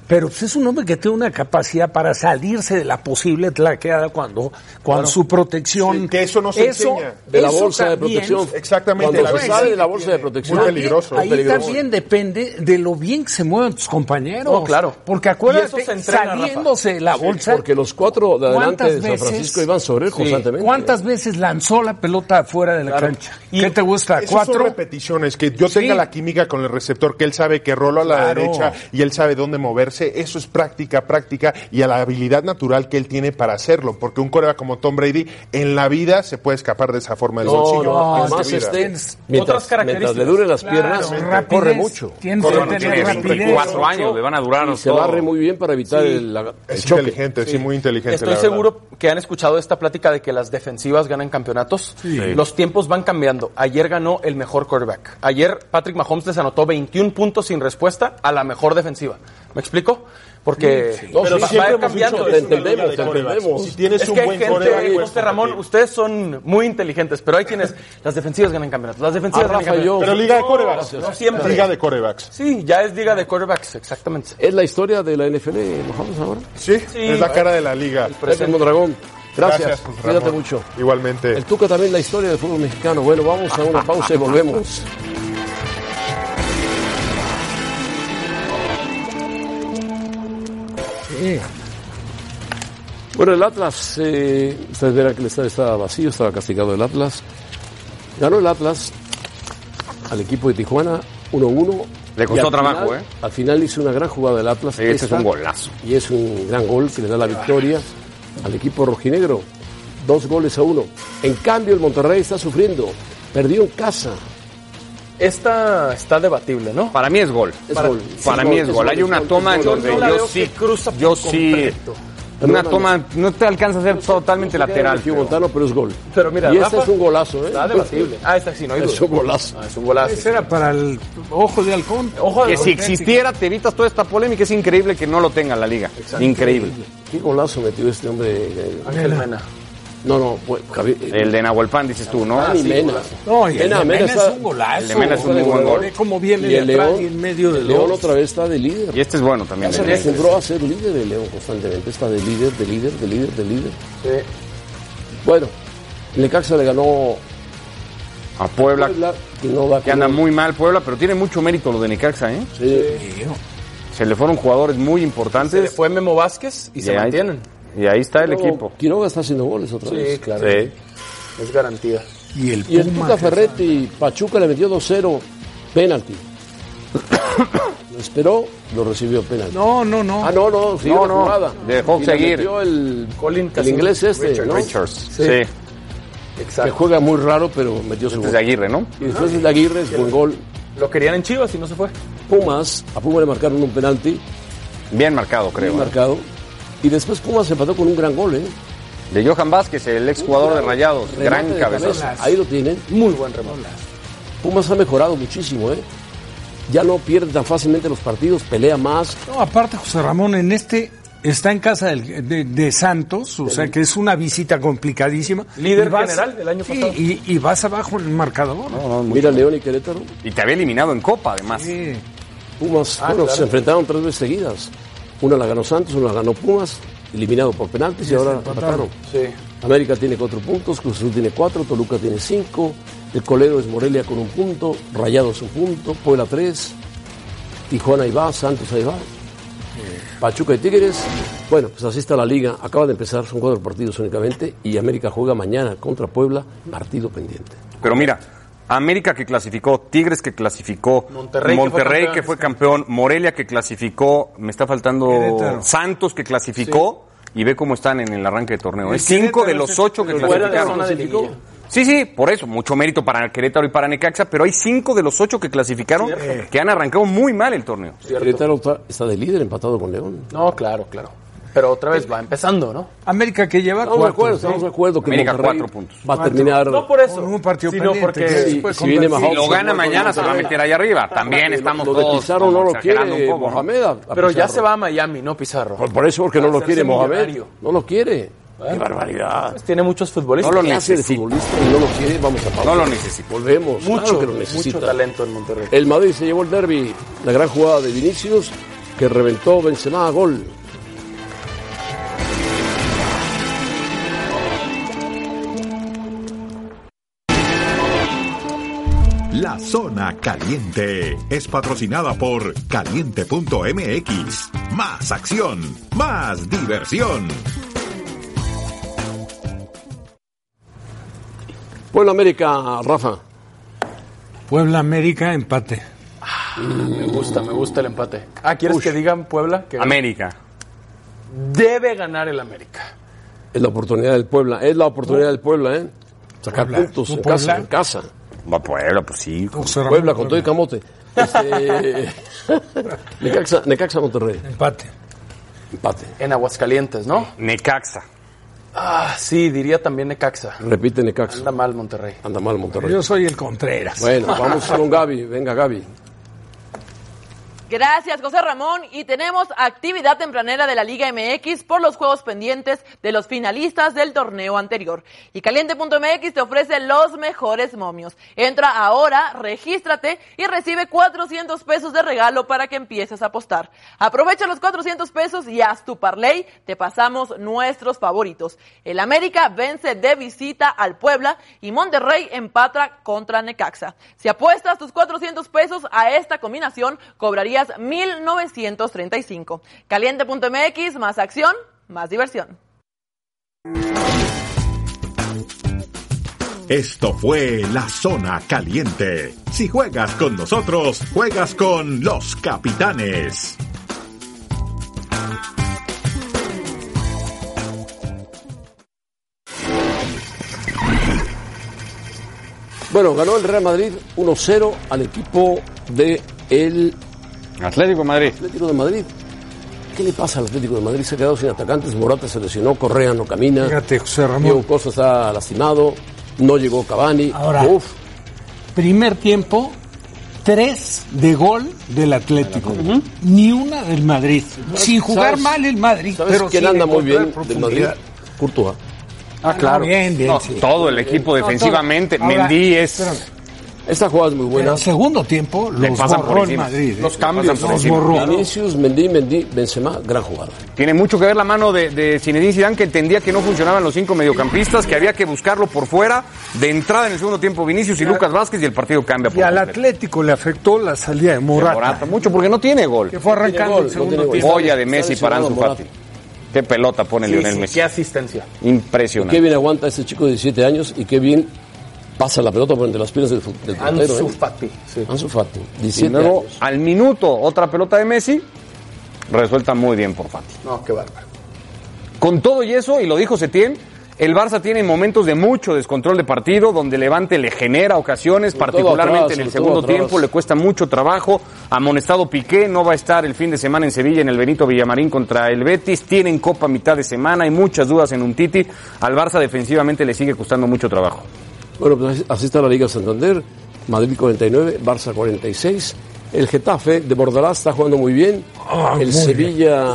Speaker 4: pero pues, es un hombre que tiene una capacidad para salirse de la posible tlaqueada cuando, cuando
Speaker 16: Claro.
Speaker 4: su protección...
Speaker 16: Sí, que eso no se enseña.
Speaker 2: De la
Speaker 4: eso
Speaker 2: bolsa de
Speaker 4: también-
Speaker 2: protección.
Speaker 16: Exactamente,
Speaker 2: Cuando
Speaker 16: la
Speaker 2: se
Speaker 16: bolsa
Speaker 2: sale
Speaker 16: que
Speaker 2: de la bolsa de
Speaker 16: tiene.
Speaker 2: protección.
Speaker 16: Muy peligroso.
Speaker 4: Ahí
Speaker 2: Muy peligroso.
Speaker 4: también depende de lo bien que se mueven tus compañeros.
Speaker 2: No, claro.
Speaker 4: Porque
Speaker 2: Y
Speaker 4: acuérdate,
Speaker 2: eso se entrena, Rafa.
Speaker 4: saliéndose de la
Speaker 2: Sí,
Speaker 4: bolsa.
Speaker 2: porque los cuatro de adelante
Speaker 4: ¿cuántas
Speaker 2: de San Francisco iban sobre él constantemente.
Speaker 4: ¿Cuántas veces lanzó la pelota afuera de la cancha? ¿Qué te gusta?
Speaker 16: Esas son
Speaker 4: ¿Cuatro?
Speaker 16: repeticiones, que yo tenga la química con el receptor, que él sabe que rolo a la
Speaker 4: Claro.
Speaker 16: derecha y él sabe dónde moverse, eso es práctica, práctica y a la habilidad natural que él tiene para hacerlo, porque un coreback como Tom Brady en la vida se puede escapar de esa forma del
Speaker 2: No,
Speaker 16: bolsillo.
Speaker 2: no,
Speaker 16: en
Speaker 2: además,
Speaker 16: su vida.
Speaker 2: este, Otras mientras- características. mientras le duren las piernas, Claro, corre rapidez, mucho. tiene-
Speaker 16: Corre
Speaker 2: tiene
Speaker 16: mucho.
Speaker 2: Tiene rapidez. 24 años, le van a durar Y se todo. barre muy bien para evitar el- la- el
Speaker 16: Es
Speaker 2: choque.
Speaker 16: inteligente, sí,
Speaker 2: Sí.
Speaker 16: muy inteligente.
Speaker 3: Estoy
Speaker 16: la verdad.
Speaker 3: seguro que han escuchado esta plática de que las defensivas ganan campeonatos.
Speaker 16: Sí.
Speaker 3: Los tiempos van cambiando. Ayer ganó el mejor quarterback. Ayer Patrick Mahomes les anotó 21 puntos sin respuesta a la mejor defensiva. ¿Me explico? Porque
Speaker 2: Sí. No, sí,
Speaker 3: va-
Speaker 2: siempre
Speaker 3: va
Speaker 2: hemos
Speaker 3: cambiando.
Speaker 2: dicho, te entendemos, te entendemos.
Speaker 3: Si tienes es un buen
Speaker 2: quarterback, pues
Speaker 3: José Ramón, ustedes son muy inteligentes, pero hay quienes las defensivas ganan campeonatos. Las defensivas
Speaker 2: Ah,
Speaker 3: ganan
Speaker 2: Rafa, yo-
Speaker 3: campeonatos.
Speaker 2: Pero liga de
Speaker 3: No,
Speaker 2: quarterbacks.
Speaker 3: no siempre.
Speaker 2: Liga de
Speaker 16: quarterbacks.
Speaker 3: Sí, ya es liga de quarterbacks, exactamente.
Speaker 2: Es la historia de la NFL, Mohamed, ahora.
Speaker 16: Sí, es la cara de la liga.
Speaker 2: Pepe Mondragón, gracias.
Speaker 16: José
Speaker 2: Cuídate
Speaker 16: Ramón.
Speaker 2: mucho.
Speaker 16: Igualmente.
Speaker 2: El Tuca también la historia del fútbol mexicano. Bueno, vamos a una pausa y volvemos. Bueno, el Atlas, eh, ustedes verán que el estadio estaba vacío, estaba castigado el Atlas. Ganó el Atlas al equipo de Tijuana 1-1.
Speaker 9: Le
Speaker 2: Y
Speaker 9: costó
Speaker 2: al
Speaker 9: trabajo,
Speaker 2: final-
Speaker 9: ¿eh?
Speaker 2: Al final hizo una gran jugada el Atlas.
Speaker 9: Este es
Speaker 2: Esta-
Speaker 9: un golazo.
Speaker 2: Y es un gran gol que le da la victoria al equipo rojinegro. Dos goles a uno. En cambio, el Monterrey está sufriendo. Perdió en casa.
Speaker 3: Esta está debatible, ¿no?
Speaker 9: Para mí es gol.
Speaker 2: Es
Speaker 9: para
Speaker 2: gol.
Speaker 9: para
Speaker 2: Es
Speaker 9: mí
Speaker 2: gol,
Speaker 9: es
Speaker 2: es
Speaker 9: gol.
Speaker 2: gol,
Speaker 9: Hay
Speaker 2: es
Speaker 9: una
Speaker 2: gol,
Speaker 9: toma
Speaker 2: es
Speaker 9: en
Speaker 2: gol.
Speaker 9: donde
Speaker 2: Yo no la
Speaker 9: yo
Speaker 2: veo
Speaker 9: sí.
Speaker 2: que cruza por
Speaker 9: Yo sí.
Speaker 2: completo.
Speaker 9: Una
Speaker 2: Perdóname.
Speaker 9: toma, no te alcanza a ser totalmente lateral.
Speaker 2: Aquí Montano, pero es gol.
Speaker 3: Pero mira,
Speaker 2: y este
Speaker 3: Rafa,
Speaker 2: es un golazo, ¿eh?
Speaker 3: Está debatible. Ah, esta sí, no hay duda.
Speaker 2: Es un golazo.
Speaker 3: Ah, es un golazo.
Speaker 4: Ese era para el ojo de halcón.
Speaker 9: que si existiera, te evitas toda esta polémica. Es increíble que no lo tenga la liga. Increíble.
Speaker 2: Qué golazo metió este hombre. eh,
Speaker 3: Ángel Mena.
Speaker 2: No, no, pues, Javier.
Speaker 9: Eh, El de Nahuel Pan, dices tú, ¿no?
Speaker 2: Ah, sí, Mena.
Speaker 4: No, y el
Speaker 2: Mena,
Speaker 4: de
Speaker 2: Mena
Speaker 4: Mena
Speaker 2: está-
Speaker 4: es un golazo.
Speaker 9: El de Mena es un muy buen gol.
Speaker 4: Ve cómo viene
Speaker 2: Y
Speaker 4: de
Speaker 2: el
Speaker 4: atrás
Speaker 2: León,
Speaker 4: y en medio de
Speaker 2: el León
Speaker 4: dos.
Speaker 2: otra vez está de líder.
Speaker 9: Y este es bueno también.
Speaker 2: Ya se
Speaker 9: el de Mena.
Speaker 2: acostumbró a ser líder de León constantemente. Está de líder, de líder, de líder, de líder. Bueno, Lecaxa le ganó
Speaker 9: A Puebla.
Speaker 2: que, no da-
Speaker 9: que anda muy mal Puebla, pero tiene mucho mérito lo de Necaxa, ¿eh? Se le fueron jugadores muy importantes.
Speaker 3: Se le fue Memo Vázquez y, se
Speaker 9: ahí-
Speaker 3: mantienen.
Speaker 9: Y ahí está el
Speaker 2: Quiroga-
Speaker 9: equipo.
Speaker 2: Quiroga está haciendo goles otra
Speaker 3: Sí,
Speaker 2: vez.
Speaker 3: claro.
Speaker 9: Sí.
Speaker 3: Es garantía.
Speaker 4: Y el,
Speaker 2: Y el Tuca Ferretti, Pachuca le metió 2-0, penalti. lo esperó, lo recibió penalti.
Speaker 4: No, no, no.
Speaker 2: Ah, no, no, siguió
Speaker 9: No,
Speaker 2: la
Speaker 9: no,
Speaker 2: jugada.
Speaker 9: dejó
Speaker 2: Y la
Speaker 9: seguir.
Speaker 2: metió el,
Speaker 3: Colin
Speaker 2: el inglés este,
Speaker 9: Richard-
Speaker 2: ¿no?
Speaker 9: Richards. Sí.
Speaker 2: Que
Speaker 3: Exacto.
Speaker 2: juega muy raro, pero metió su
Speaker 9: Este es
Speaker 2: gol.
Speaker 9: de Aguirre, ¿no?
Speaker 2: Y después el de Aguirre es buen gol.
Speaker 3: Lo querían en Chivas y no se fue.
Speaker 2: Pumas, a Pumas le marcaron un penalti,
Speaker 9: Bien marcado, creo. ¿eh?
Speaker 2: bien marcado. Y después Pumas se empató con un gran gol, ¿eh?
Speaker 9: De Johan Vázquez, el exjugador de Rayados.
Speaker 2: Remate
Speaker 9: gran
Speaker 2: de
Speaker 9: cabezazo.
Speaker 2: cabeza. Ahí lo tienen.
Speaker 3: Muy buen remate.
Speaker 2: Pumas ha mejorado muchísimo, ¿eh? Ya no pierde tan fácilmente los partidos, pelea más.
Speaker 4: No, aparte, José Ramón, en este está en casa del- de, de Santos, o sea que es una visita complicadísima.
Speaker 3: Líder
Speaker 4: Y vas-
Speaker 3: general del año
Speaker 4: Sí,
Speaker 3: pasado.
Speaker 4: Y, y vas abajo en el marcador.
Speaker 2: Mira León y Querétaro.
Speaker 9: Y te había eliminado en Copa, además.
Speaker 2: Pumas,
Speaker 3: Ah,
Speaker 2: bueno, se enfrentaron tres veces seguidas. Una la ganó Santos, una la ganó Pumas, eliminado por penaltis y, ahora empataron.
Speaker 3: Sí.
Speaker 2: América tiene cuatro puntos, Cruz Azul tiene cuatro, Toluca tiene cinco, el Colero es Morelia con un punto, Rayados un punto, Puebla tres, Tijuana ahí va, Santos ahí va,
Speaker 4: Eh,
Speaker 2: Pachuca y Tigres. Bueno, pues así está la liga, acaba de empezar, son cuatro partidos únicamente y América juega mañana contra Puebla, partido pendiente.
Speaker 9: Pero mira, América que clasificó, Tigres que clasificó,
Speaker 3: Monterrey
Speaker 9: Monterrey,
Speaker 3: que fue
Speaker 9: que,
Speaker 3: campeón.
Speaker 9: fue campeón, Morelia que clasificó, me está faltando
Speaker 3: Querétaro.
Speaker 9: Santos que clasificó y ve cómo están en el arranque de torneo. ¿eh?
Speaker 3: Y
Speaker 9: Cinco
Speaker 3: Querétaro
Speaker 9: de los
Speaker 3: es-
Speaker 9: ocho que
Speaker 3: pero fuera de zona
Speaker 9: clasificaron.
Speaker 3: de liguilla.
Speaker 9: Sí, sí, por eso, mucho mérito para Querétaro y para Necaxa, pero hay cinco de los ocho que clasificaron
Speaker 3: Cierto.
Speaker 9: que han arrancado muy mal el torneo.
Speaker 2: Querétaro está- está de líder empatado con León.
Speaker 3: No, claro, claro. Pero otra vez va empezando, ¿no?
Speaker 4: América que lleva
Speaker 2: Estamos de
Speaker 4: cuatro.
Speaker 2: acuerdo,
Speaker 4: ¿sí?
Speaker 2: estamos de acuerdo que
Speaker 9: América,
Speaker 2: Monterrey
Speaker 9: cuatro puntos.
Speaker 2: va a terminar.
Speaker 3: No por eso.
Speaker 4: Con un partido
Speaker 3: sino
Speaker 4: pendiente,
Speaker 3: porque
Speaker 4: que
Speaker 2: si-
Speaker 4: se puede
Speaker 2: si viene
Speaker 4: convertir.
Speaker 9: Si lo gana mañana se va a meter allá arriba. También estamos
Speaker 2: lo de
Speaker 9: todos
Speaker 2: Pizarro no
Speaker 9: como
Speaker 2: lo
Speaker 9: exagerando
Speaker 2: quiere
Speaker 9: un poco, ¿no?
Speaker 2: Mohamed. a- a
Speaker 3: Pero ya
Speaker 2: Pizarro.
Speaker 3: se va a Miami, ¿no, Pizarro?
Speaker 2: Por, por eso, porque no
Speaker 3: Para
Speaker 2: lo quiere
Speaker 3: hacerse
Speaker 2: Mohamed.
Speaker 3: millonario.
Speaker 2: No lo quiere.
Speaker 3: Qué barbaridad. tiene muchos futbolistas.
Speaker 2: ¿Qué clase de futbolista y no lo quiere, vamos a pausa.
Speaker 3: No lo necesito.
Speaker 2: Volvemos.
Speaker 3: Mucho,
Speaker 2: claro que lo
Speaker 3: mucho
Speaker 2: necesita.
Speaker 3: talento en Monterrey.
Speaker 2: El Madrid se llevó el derby. La gran jugada de Vinicius que reventó Benzema a gol.
Speaker 17: La zona caliente es patrocinada por caliente.mx. Más acción, más diversión.
Speaker 2: Puebla América, Rafa.
Speaker 4: Puebla América, empate.
Speaker 2: Mm,
Speaker 3: Me gusta, me gusta el empate. Ah, ¿quieres que digan Puebla? Que
Speaker 9: América.
Speaker 3: Debe ganar el América.
Speaker 2: Es la oportunidad del Puebla. Es la oportunidad del Puebla, ¿eh? Sacar
Speaker 3: Puebla.
Speaker 2: puntos
Speaker 3: No,
Speaker 2: en
Speaker 3: Puebla.
Speaker 2: casa, en casa.
Speaker 9: Va Puebla, pues sí.
Speaker 2: Puebla con todo y camote. Este, Necaxa, Necaxa Monterrey.
Speaker 4: Empate.
Speaker 2: Empate.
Speaker 3: En Aguascalientes, ¿no?
Speaker 9: Necaxa.
Speaker 3: Ah, sí, diría también Necaxa.
Speaker 2: Repite Necaxa.
Speaker 3: Anda mal Monterrey.
Speaker 2: Anda mal Monterrey.
Speaker 4: Yo soy el Contreras.
Speaker 2: Bueno, vamos con Gaby. Venga, Gaby.
Speaker 18: Gracias, José Ramón. Y tenemos actividad tempranera de la Liga MX por los juegos pendientes de los finalistas del torneo anterior. Y caliente.mx te ofrece los mejores momios. Entra ahora, regístrate y recibe 400 pesos de regalo para que empieces a apostar. Aprovecha los 400 pesos y haz tu parlay. Te pasamos nuestros favoritos. El América vence de visita al Puebla y Monterrey empata contra Necaxa. Si apuestas tus 400 pesos a esta combinación, cobrarías 1,935. Caliente.mx, más acción, más diversión.
Speaker 17: Esto fue La Zona Caliente. Si juegas con nosotros, juegas con los capitanes.
Speaker 2: Bueno, ganó el Real Madrid 1-0 al equipo de el
Speaker 9: Atlético de Madrid.
Speaker 2: Atlético de Madrid. ¿Qué le pasa al Atlético de Madrid? Se ha quedado sin atacantes, Morata se lesionó, Correa no camina.
Speaker 4: Fíjate, José Ramón.
Speaker 2: Diego Costa está lastimado, no llegó Cavani.
Speaker 4: Ahora,
Speaker 2: Uf,
Speaker 4: primer tiempo, tres de gol del Atlético. Ni una del Madrid. Sin jugar
Speaker 2: ¿Sabes-
Speaker 4: mal el Madrid.
Speaker 2: ¿Sabes
Speaker 4: pero
Speaker 2: quién
Speaker 4: sin
Speaker 2: anda muy bien
Speaker 4: encontrar
Speaker 2: del Madrid?
Speaker 4: profundidad.
Speaker 2: Courtois.
Speaker 4: Ah, claro. Bien, bien,
Speaker 9: No,
Speaker 4: sí.
Speaker 9: Todo el equipo
Speaker 4: No,
Speaker 9: defensivamente.
Speaker 4: todo. Ahora,
Speaker 9: Mendy es.
Speaker 4: espérame.
Speaker 2: Esta jugada es muy
Speaker 4: Pero
Speaker 2: buena.
Speaker 4: el segundo tiempo
Speaker 9: Le
Speaker 4: los
Speaker 9: pasan por
Speaker 4: borró el
Speaker 9: encima.
Speaker 4: Madrid. ¿eh?
Speaker 9: Los cambios
Speaker 4: Los
Speaker 9: por encima.
Speaker 4: borró.
Speaker 2: Vinicius, Mendy, Mendy, Benzema, gran jugada.
Speaker 9: Tiene mucho que ver la mano de, de Zinedine Zidane, que entendía que no funcionaban los cinco mediocampistas, que había que buscarlo por fuera. De entrada en el segundo tiempo, Vinicius y Lucas Vázquez, y el partido cambia por
Speaker 4: Y al
Speaker 9: completo.
Speaker 4: Atlético le afectó la salida de Morata.
Speaker 9: Morata, mucho porque no tiene gol.
Speaker 4: Que fue arrancando el segundo tiempo.
Speaker 9: Joya de Messi
Speaker 2: Está
Speaker 9: para Ansu
Speaker 2: lesionado
Speaker 9: Fati. Qué pelota pone
Speaker 3: Sí,
Speaker 9: Lionel
Speaker 3: sí,
Speaker 9: Messi.
Speaker 3: Qué asistencia.
Speaker 9: Impresionante.
Speaker 2: Qué bien aguanta este chico de 17 años y qué bien pasa la pelota por entre las piernas del, fu- del portero.
Speaker 3: Ansu
Speaker 2: ¿eh?
Speaker 3: Fati. Sí.
Speaker 2: Ansu Fati,
Speaker 9: Y
Speaker 2: 17
Speaker 9: luego,
Speaker 2: años.
Speaker 9: al minuto, otra pelota de Messi, resuelta muy bien por Fati.
Speaker 3: No, qué bárbaro.
Speaker 9: Con todo y eso, y lo dijo Setién, el Barça tiene momentos de mucho descontrol de partido, donde Levante le genera ocasiones,
Speaker 2: todo
Speaker 9: particularmente
Speaker 2: atrás,
Speaker 9: en el
Speaker 2: sobre todo
Speaker 9: segundo
Speaker 2: atrás.
Speaker 9: tiempo, le cuesta mucho trabajo. Amonestado Piqué, no va a estar el fin de semana en Sevilla en el Benito Villamarín contra el Betis, tienen Copa a mitad de semana, hay muchas dudas en un Titi. Al Barça defensivamente le sigue costando mucho trabajo.
Speaker 2: Bueno, pues así- así está la Liga Santander. Madrid 49, Barça 46. El Getafe de Bordalás está jugando muy bien.
Speaker 4: Ah, muy
Speaker 2: el
Speaker 4: bien.
Speaker 2: Sevilla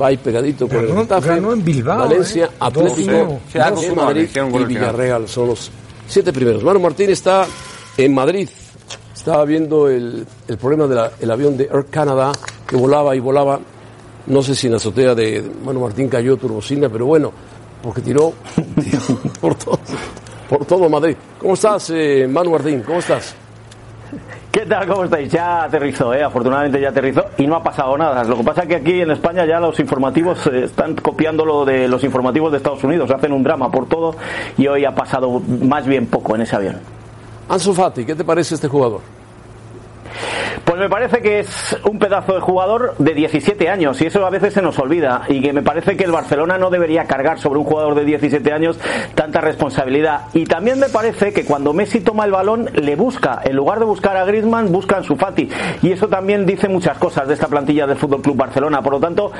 Speaker 2: va ahí pegadito con el
Speaker 4: Ganó-
Speaker 2: Getafe.
Speaker 4: ganó en
Speaker 2: Ah,
Speaker 4: Bilbao,
Speaker 2: Valencia,
Speaker 4: ¿eh?
Speaker 2: Atlético,
Speaker 4: 2-0. Sí, algo
Speaker 2: Real
Speaker 4: sumaron,
Speaker 2: Madrid
Speaker 4: hicieron gol
Speaker 2: y
Speaker 4: al final.
Speaker 2: Villarreal son los siete primeros. Manu Martín está en Madrid. Estaba viendo el, el problema del avión de Air Canada que volaba y volaba. No sé si en la azotea de Manu Martín cayó turbocina, pero bueno, porque tiró, tiró por, todo, por todo Madrid. ¿Cómo estás, eh, Manu Martín? ¿Cómo estás?
Speaker 19: ¿Qué tal? ¿Cómo estáis? Ya aterrizó, ¿eh? afortunadamente ya aterrizó y no ha pasado nada. Lo que pasa es que aquí en España ya los informativos eh, están copiando lo de los informativos de Estados Unidos, hacen un drama por todo y hoy ha pasado más bien poco en ese avión.
Speaker 2: Ansu Fati, ¿qué te parece este jugador?
Speaker 19: Pues me parece que es un pedazo de jugador de 17 años y eso a veces se nos olvida y que me parece que el Barcelona no debería cargar sobre un jugador de 17 años tanta responsabilidad y también me parece que cuando Messi toma el balón le busca en lugar de buscar a Griezmann buscan su Fati y eso también dice muchas cosas de esta plantilla del Fútbol Club Barcelona por lo tanto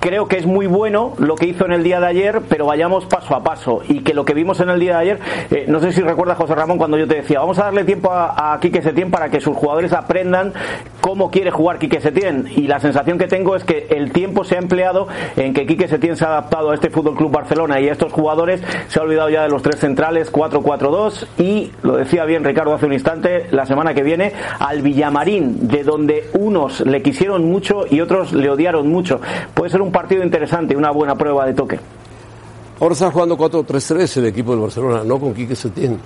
Speaker 19: creo que es muy bueno lo que hizo en el día de ayer pero vayamos paso a paso y que lo que vimos en el día de ayer eh, no sé si recuerdas José Ramón cuando yo te decía vamos a darle tiempo a, a Quique Setién para que sus jugadores aprendan aprendan cómo quiere jugar Quique Setién. Y la sensación que tengo es que el tiempo se ha empleado en que Quique Setién se ha adaptado a este Fútbol Club Barcelona y a estos jugadores se ha olvidado ya de los tres centrales 4-4-2 y lo decía bien Ricardo hace un instante, la semana que viene al Villamarín, de donde unos le quisieron mucho y otros le odiaron mucho. Puede ser un partido interesante, una buena prueba de toque.
Speaker 2: Ahora están jugando 4-3-3 el equipo del Barcelona, no con Quique Setién.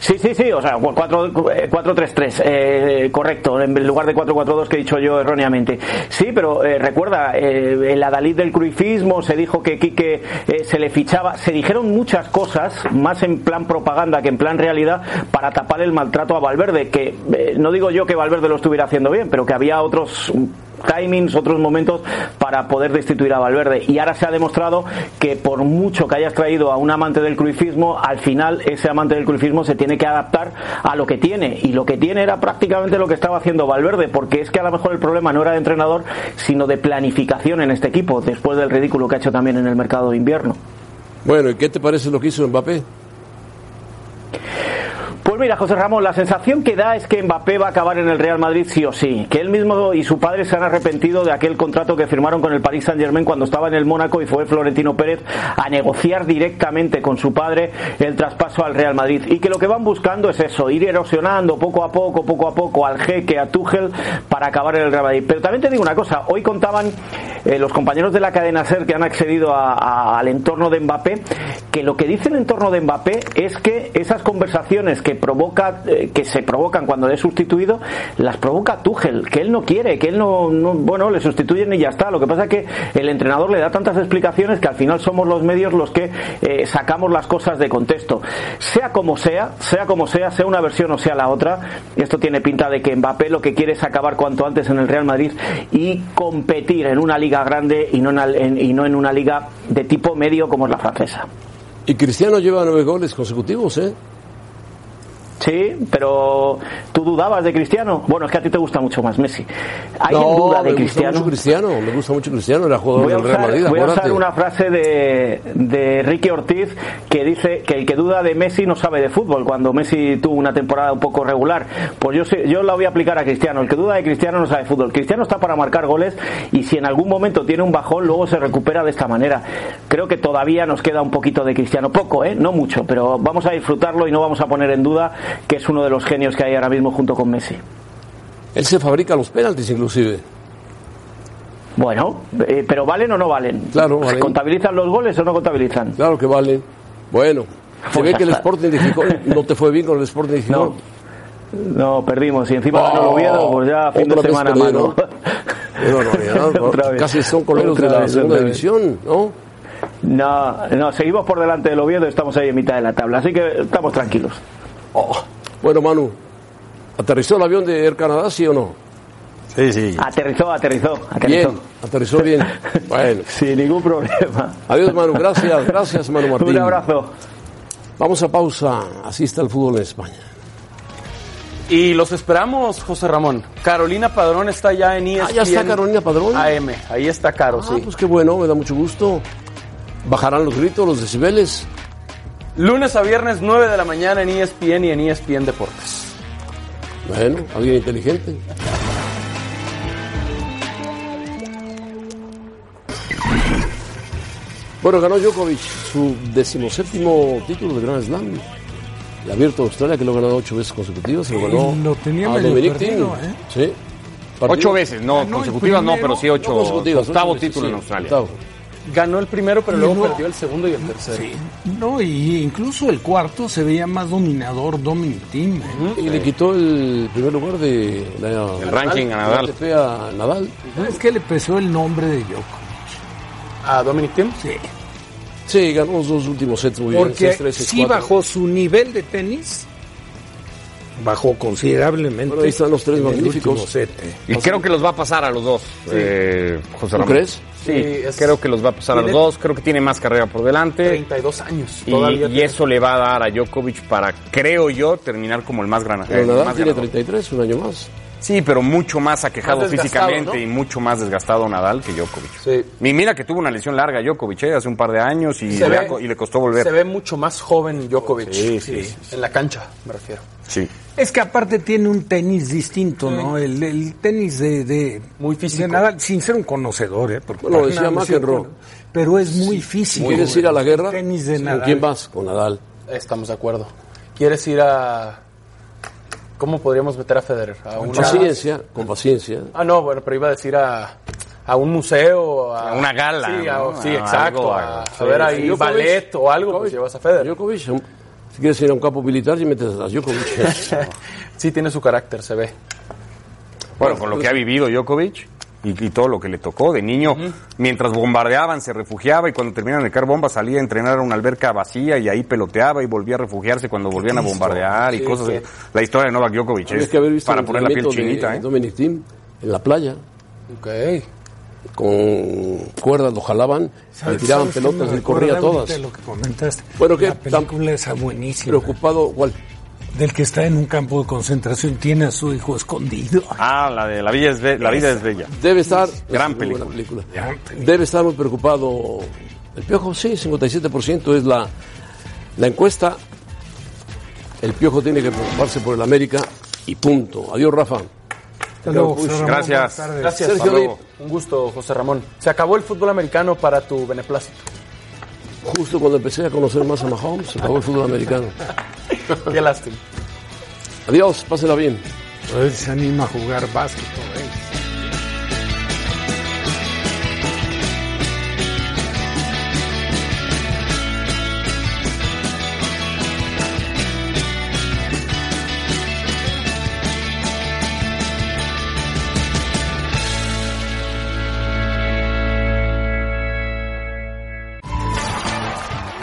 Speaker 19: Sí, sí, sí, o sea, 4-3-3, eh, correcto, en lugar de 4-4-2 que he dicho yo erróneamente. Sí, pero eh, recuerda, eh, el adalid del cruifismo, se dijo que Quique eh, se le fichaba, se dijeron muchas cosas, más en plan propaganda que en plan realidad, para tapar el maltrato a Valverde, que eh, no digo yo que Valverde lo estuviera haciendo bien, pero que había otros timings, otros momentos para poder destituir a Valverde. Y ahora se ha demostrado que por mucho que hayas traído a un amante del cruifismo, al final ese amante del cruifismo se tiene que adaptar a lo que tiene. Y lo que tiene era prácticamente lo que estaba haciendo Valverde, porque es que a lo mejor el problema no era de entrenador, sino de planificación en este equipo, después del ridículo que ha hecho también en el mercado de invierno.
Speaker 2: Bueno, ¿y qué te parece lo que hizo Mbappé?
Speaker 19: Pues mira, José Ramón, la sensación que da es que Mbappé va a acabar en el Real Madrid sí o sí, que él mismo y su padre se han arrepentido de aquel contrato que firmaron con el Paris Saint Germain cuando estaba en el Mónaco y fue Florentino Pérez a negociar directamente con su padre el traspaso al Real Madrid y que lo que van buscando es eso, ir erosionando poco a poco, poco a poco al jeque, a Tuchel para acabar en el Real Madrid. Pero también te digo una cosa, hoy contaban eh, los compañeros de la cadena SER que han accedido a- a- al entorno de Mbappé que lo que dice el entorno de Mbappé es que esas conversaciones que provoca eh, que se provocan cuando es sustituido las provoca Tuchel que él no quiere que él no, no- bueno le sustituyen y ya está lo que pasa es que el entrenador le da tantas explicaciones que al final somos los medios los que eh, sacamos las cosas de contexto sea como sea sea como sea sea una versión o sea la otra esto tiene pinta de que Mbappé lo que quiere es acabar cuanto antes en el Real Madrid y competir en una liga grande y no en al- en- y no en una liga de tipo medio como es la francesa
Speaker 2: Y Cristiano lleva nueve goles consecutivos, ¿eh?
Speaker 19: Sí, pero tú dudabas de Cristiano. Bueno, es que a ti te gusta mucho más Messi. ¿Alguien
Speaker 2: no,
Speaker 19: duda
Speaker 2: me
Speaker 19: de
Speaker 2: Gusta
Speaker 19: Cristiano?
Speaker 2: mucho Cristiano? Me gusta mucho Cristiano, era jugador
Speaker 19: Voy a
Speaker 2: del
Speaker 19: usar,
Speaker 2: Real Madrid,
Speaker 19: voy a usar
Speaker 2: acuérdate.
Speaker 19: una frase de, de Ricky Ortiz que dice que el que duda de Messi no sabe de fútbol, cuando Messi tuvo una temporada un poco regular. Pues yo, sé- yo la voy a aplicar a Cristiano. El que duda de Cristiano no sabe de fútbol. Cristiano está para marcar goles y si en algún momento tiene un bajón, luego se recupera de esta manera. Creo que todavía nos queda un poquito de Cristiano. Poco, ¿eh? No mucho, pero vamos a disfrutarlo y no vamos a poner en duda que es uno de los genios que hay ahora mismo junto con Messi.
Speaker 2: Él se fabrica los penaltis, inclusive.
Speaker 19: Bueno, eh, pero ¿valen o no valen?
Speaker 2: Claro, valen.
Speaker 19: ¿Contabilizan los goles o no contabilizan?
Speaker 2: Claro que valen. Bueno, se
Speaker 19: Pues
Speaker 2: ve
Speaker 19: ya
Speaker 2: que el
Speaker 19: está.
Speaker 2: Sporting de Gijón no te fue bien con el Sporting de Gijón.
Speaker 19: No, perdimos. Y encima ganó el Oviedo, pues ya fin de
Speaker 2: Oh, otra vez
Speaker 19: semana,
Speaker 2: perdieron.
Speaker 19: mano.
Speaker 2: No, no, no, no,
Speaker 19: Otra vez.
Speaker 2: casi son coleros
Speaker 19: Otra
Speaker 2: de la
Speaker 19: vez,
Speaker 2: segunda
Speaker 19: otra vez.
Speaker 2: división, ¿no?
Speaker 19: No, no, seguimos por delante del Oviedo, estamos ahí en mitad de la tabla, así que estamos tranquilos.
Speaker 2: Oh. Bueno, Manu, ¿aterrizó el avión de Air Canadá, sí o no?
Speaker 9: Sí, sí.
Speaker 19: Aterrizó, aterrizó, aterrizó.
Speaker 2: Bien, aterrizó bien. Bueno.
Speaker 19: Sin ningún problema.
Speaker 2: Adiós, Manu, gracias, gracias, Manu Martín.
Speaker 19: Un abrazo.
Speaker 2: Vamos a pausa, así está el fútbol en España.
Speaker 3: Y los esperamos, José Ramón. Carolina Padrón está ya en E ESPN.
Speaker 2: Ah, ya está Carolina Padrón.
Speaker 3: AM, ahí está Caro, sí.
Speaker 2: Pues qué bueno, me da mucho gusto. Bajarán los gritos, los decibeles.
Speaker 3: Lunes a viernes, 9 de la mañana en E ESPN y en ESPN Deportes.
Speaker 2: Bueno, alguien inteligente. Bueno, ganó Djokovic su decimoséptimo título de Grand Slam. El abierto de Australia, que lo ha ganado ocho veces consecutivas, se lo ganó
Speaker 4: Lo tenía
Speaker 2: a
Speaker 4: medio
Speaker 2: Dominic
Speaker 4: perdido,
Speaker 2: Thiem.
Speaker 4: ¿eh? Ah,
Speaker 2: Sí.
Speaker 9: Ocho veces,
Speaker 2: Ah,
Speaker 9: no, Ganó el consecutivas no, primero. pero sí ocho, octavo título en Australia.
Speaker 3: Ganó el primero, pero
Speaker 4: Y
Speaker 3: luego
Speaker 4: luego-
Speaker 3: perdió el segundo y el tercero.
Speaker 4: No, y incluso el cuarto se veía más dominador Dominic Thiem, ¿eh?
Speaker 2: Y le quitó el primer lugar de la-
Speaker 4: El ranking a
Speaker 2: la
Speaker 4: Nadal.
Speaker 2: ATP a Nadal.
Speaker 4: Es que le pesó el nombre de Djokovic.
Speaker 3: ¿A Dominic Thiem?
Speaker 4: Sí.
Speaker 2: Sí, ganó los dos últimos sets muy bien.
Speaker 4: Porque
Speaker 2: 6-3, 6-4.
Speaker 4: sí bajó su nivel de tenis. Bajó considerablemente.
Speaker 2: Bueno, ahí están los tres
Speaker 4: en el
Speaker 2: magníficos.
Speaker 4: último set, ¿eh?
Speaker 9: Y creo que los va a pasar a los dos, eh, José
Speaker 2: ¿Tú
Speaker 9: Ramón.
Speaker 2: crees?
Speaker 3: Sí,
Speaker 9: Sí,
Speaker 3: es-
Speaker 9: creo que los va a pasar a los
Speaker 3: Tiene-
Speaker 9: dos. Creo que tiene más carrera por delante.
Speaker 3: 32 años.
Speaker 9: Y,
Speaker 3: todavía
Speaker 9: y eso le va a dar a Djokovic para, creo yo, terminar como el más gran
Speaker 2: Pero
Speaker 9: el
Speaker 2: Nadal
Speaker 9: más
Speaker 2: tiene
Speaker 9: ganador.
Speaker 2: 33, un año más.
Speaker 9: Sí, pero mucho más aquejado
Speaker 3: Más desgastado,
Speaker 9: físicamente
Speaker 3: ¿no?
Speaker 9: y mucho más desgastado Nadal que Djokovic. Y mira que tuvo una lesión larga Djokovic eh, hace un par de años y,
Speaker 3: Se
Speaker 9: le,
Speaker 3: ve-
Speaker 9: ha co- y le costó volver.
Speaker 3: Se ve mucho más joven Djokovic.
Speaker 9: Sí, sí,
Speaker 3: Sí,
Speaker 9: sí,
Speaker 3: En la cancha, me refiero.
Speaker 9: Sí.
Speaker 4: Es que aparte tiene un tenis distinto, ¿no? El, el tenis de, de. Muy físico. Nadal, sin ser un conocedor, ¿eh? Porque
Speaker 2: Bueno,
Speaker 4: para
Speaker 2: decía
Speaker 4: nada, no
Speaker 2: McEnroe.
Speaker 4: soy un cono- Pero es muy físico.
Speaker 2: ¿Quieres
Speaker 4: güey.
Speaker 2: ir a la guerra?
Speaker 4: Tenis de
Speaker 2: Sí,
Speaker 4: Nadal.
Speaker 2: ¿Quién vas? Con Nadal.
Speaker 3: Estamos de acuerdo. ¿Quieres ir a. ¿Cómo podríamos meter a Federer? A
Speaker 2: Con
Speaker 3: una-
Speaker 2: paciencia, con paciencia.
Speaker 3: Ah, no, bueno, pero iba a decir a. A un museo, a,
Speaker 2: A una gala,
Speaker 3: Sí, a-
Speaker 2: ¿no?
Speaker 3: sí,
Speaker 2: A
Speaker 3: exacto.
Speaker 2: algo, algo.
Speaker 3: a, a ver,
Speaker 2: Sí,
Speaker 3: ahí
Speaker 2: sí.
Speaker 3: ballet o algo, pues llevas a Federer.
Speaker 2: Djokovic, si quieres ir a un campo militar, y metes a Djokovic.
Speaker 3: sí, tiene su carácter, se ve.
Speaker 9: Bueno, con lo que ha vivido Djokovic y, y todo lo que le tocó de niño, mientras bombardeaban se refugiaba y cuando terminaban de car bombas salía a entrenar a una alberca vacía y ahí peloteaba y volvía a refugiarse cuando volvían a
Speaker 2: listo.
Speaker 9: bombardear y
Speaker 2: Sí,
Speaker 9: cosas.
Speaker 2: sí.
Speaker 9: La historia de Novak Djokovic
Speaker 2: Tienes
Speaker 9: es
Speaker 2: que haber visto
Speaker 9: para
Speaker 2: el
Speaker 9: poner la piel
Speaker 2: entrenamiento
Speaker 9: chinita.
Speaker 2: de
Speaker 9: ¿eh?
Speaker 2: Dominic Thiem en la playa.
Speaker 3: Ok.
Speaker 2: Con cuerdas lo jalaban, le
Speaker 4: ¿Sabes?
Speaker 2: tiraban
Speaker 4: ¿Sabes qué
Speaker 2: pelotas,
Speaker 4: me
Speaker 2: él corría
Speaker 4: recuerda ahorita
Speaker 2: todas.
Speaker 4: de Lo que comentaste.
Speaker 2: Bueno, ¿qué?
Speaker 4: La película esa buenísima.
Speaker 2: Preocupado, ¿cuál?
Speaker 4: Del que está en un campo de concentración, tiene a su hijo escondido.
Speaker 9: Ah, la de La, Villa es Be- la vida es bella.
Speaker 2: Debe estar.
Speaker 9: Gran
Speaker 2: es una buena
Speaker 9: película.
Speaker 2: Debe estar muy preocupado. El Piojo, sí, 57% es la, la encuesta. El Piojo tiene que preocuparse por el América y punto. Adiós, Rafa.
Speaker 3: luego,
Speaker 2: Push.
Speaker 3: José Ramón, buenas tardes. Gracias,
Speaker 2: Sergio
Speaker 3: Pablo.
Speaker 2: Dip.
Speaker 3: Un gusto, José Ramón. Se acabó el fútbol americano para tu beneplácito.
Speaker 2: Justo cuando empecé a conocer más a Mahomes, se acabó el fútbol americano.
Speaker 3: Qué lástima. Pues
Speaker 2: Adiós, pásela bien.
Speaker 4: Él se anima a jugar básquetbol. ¿eh?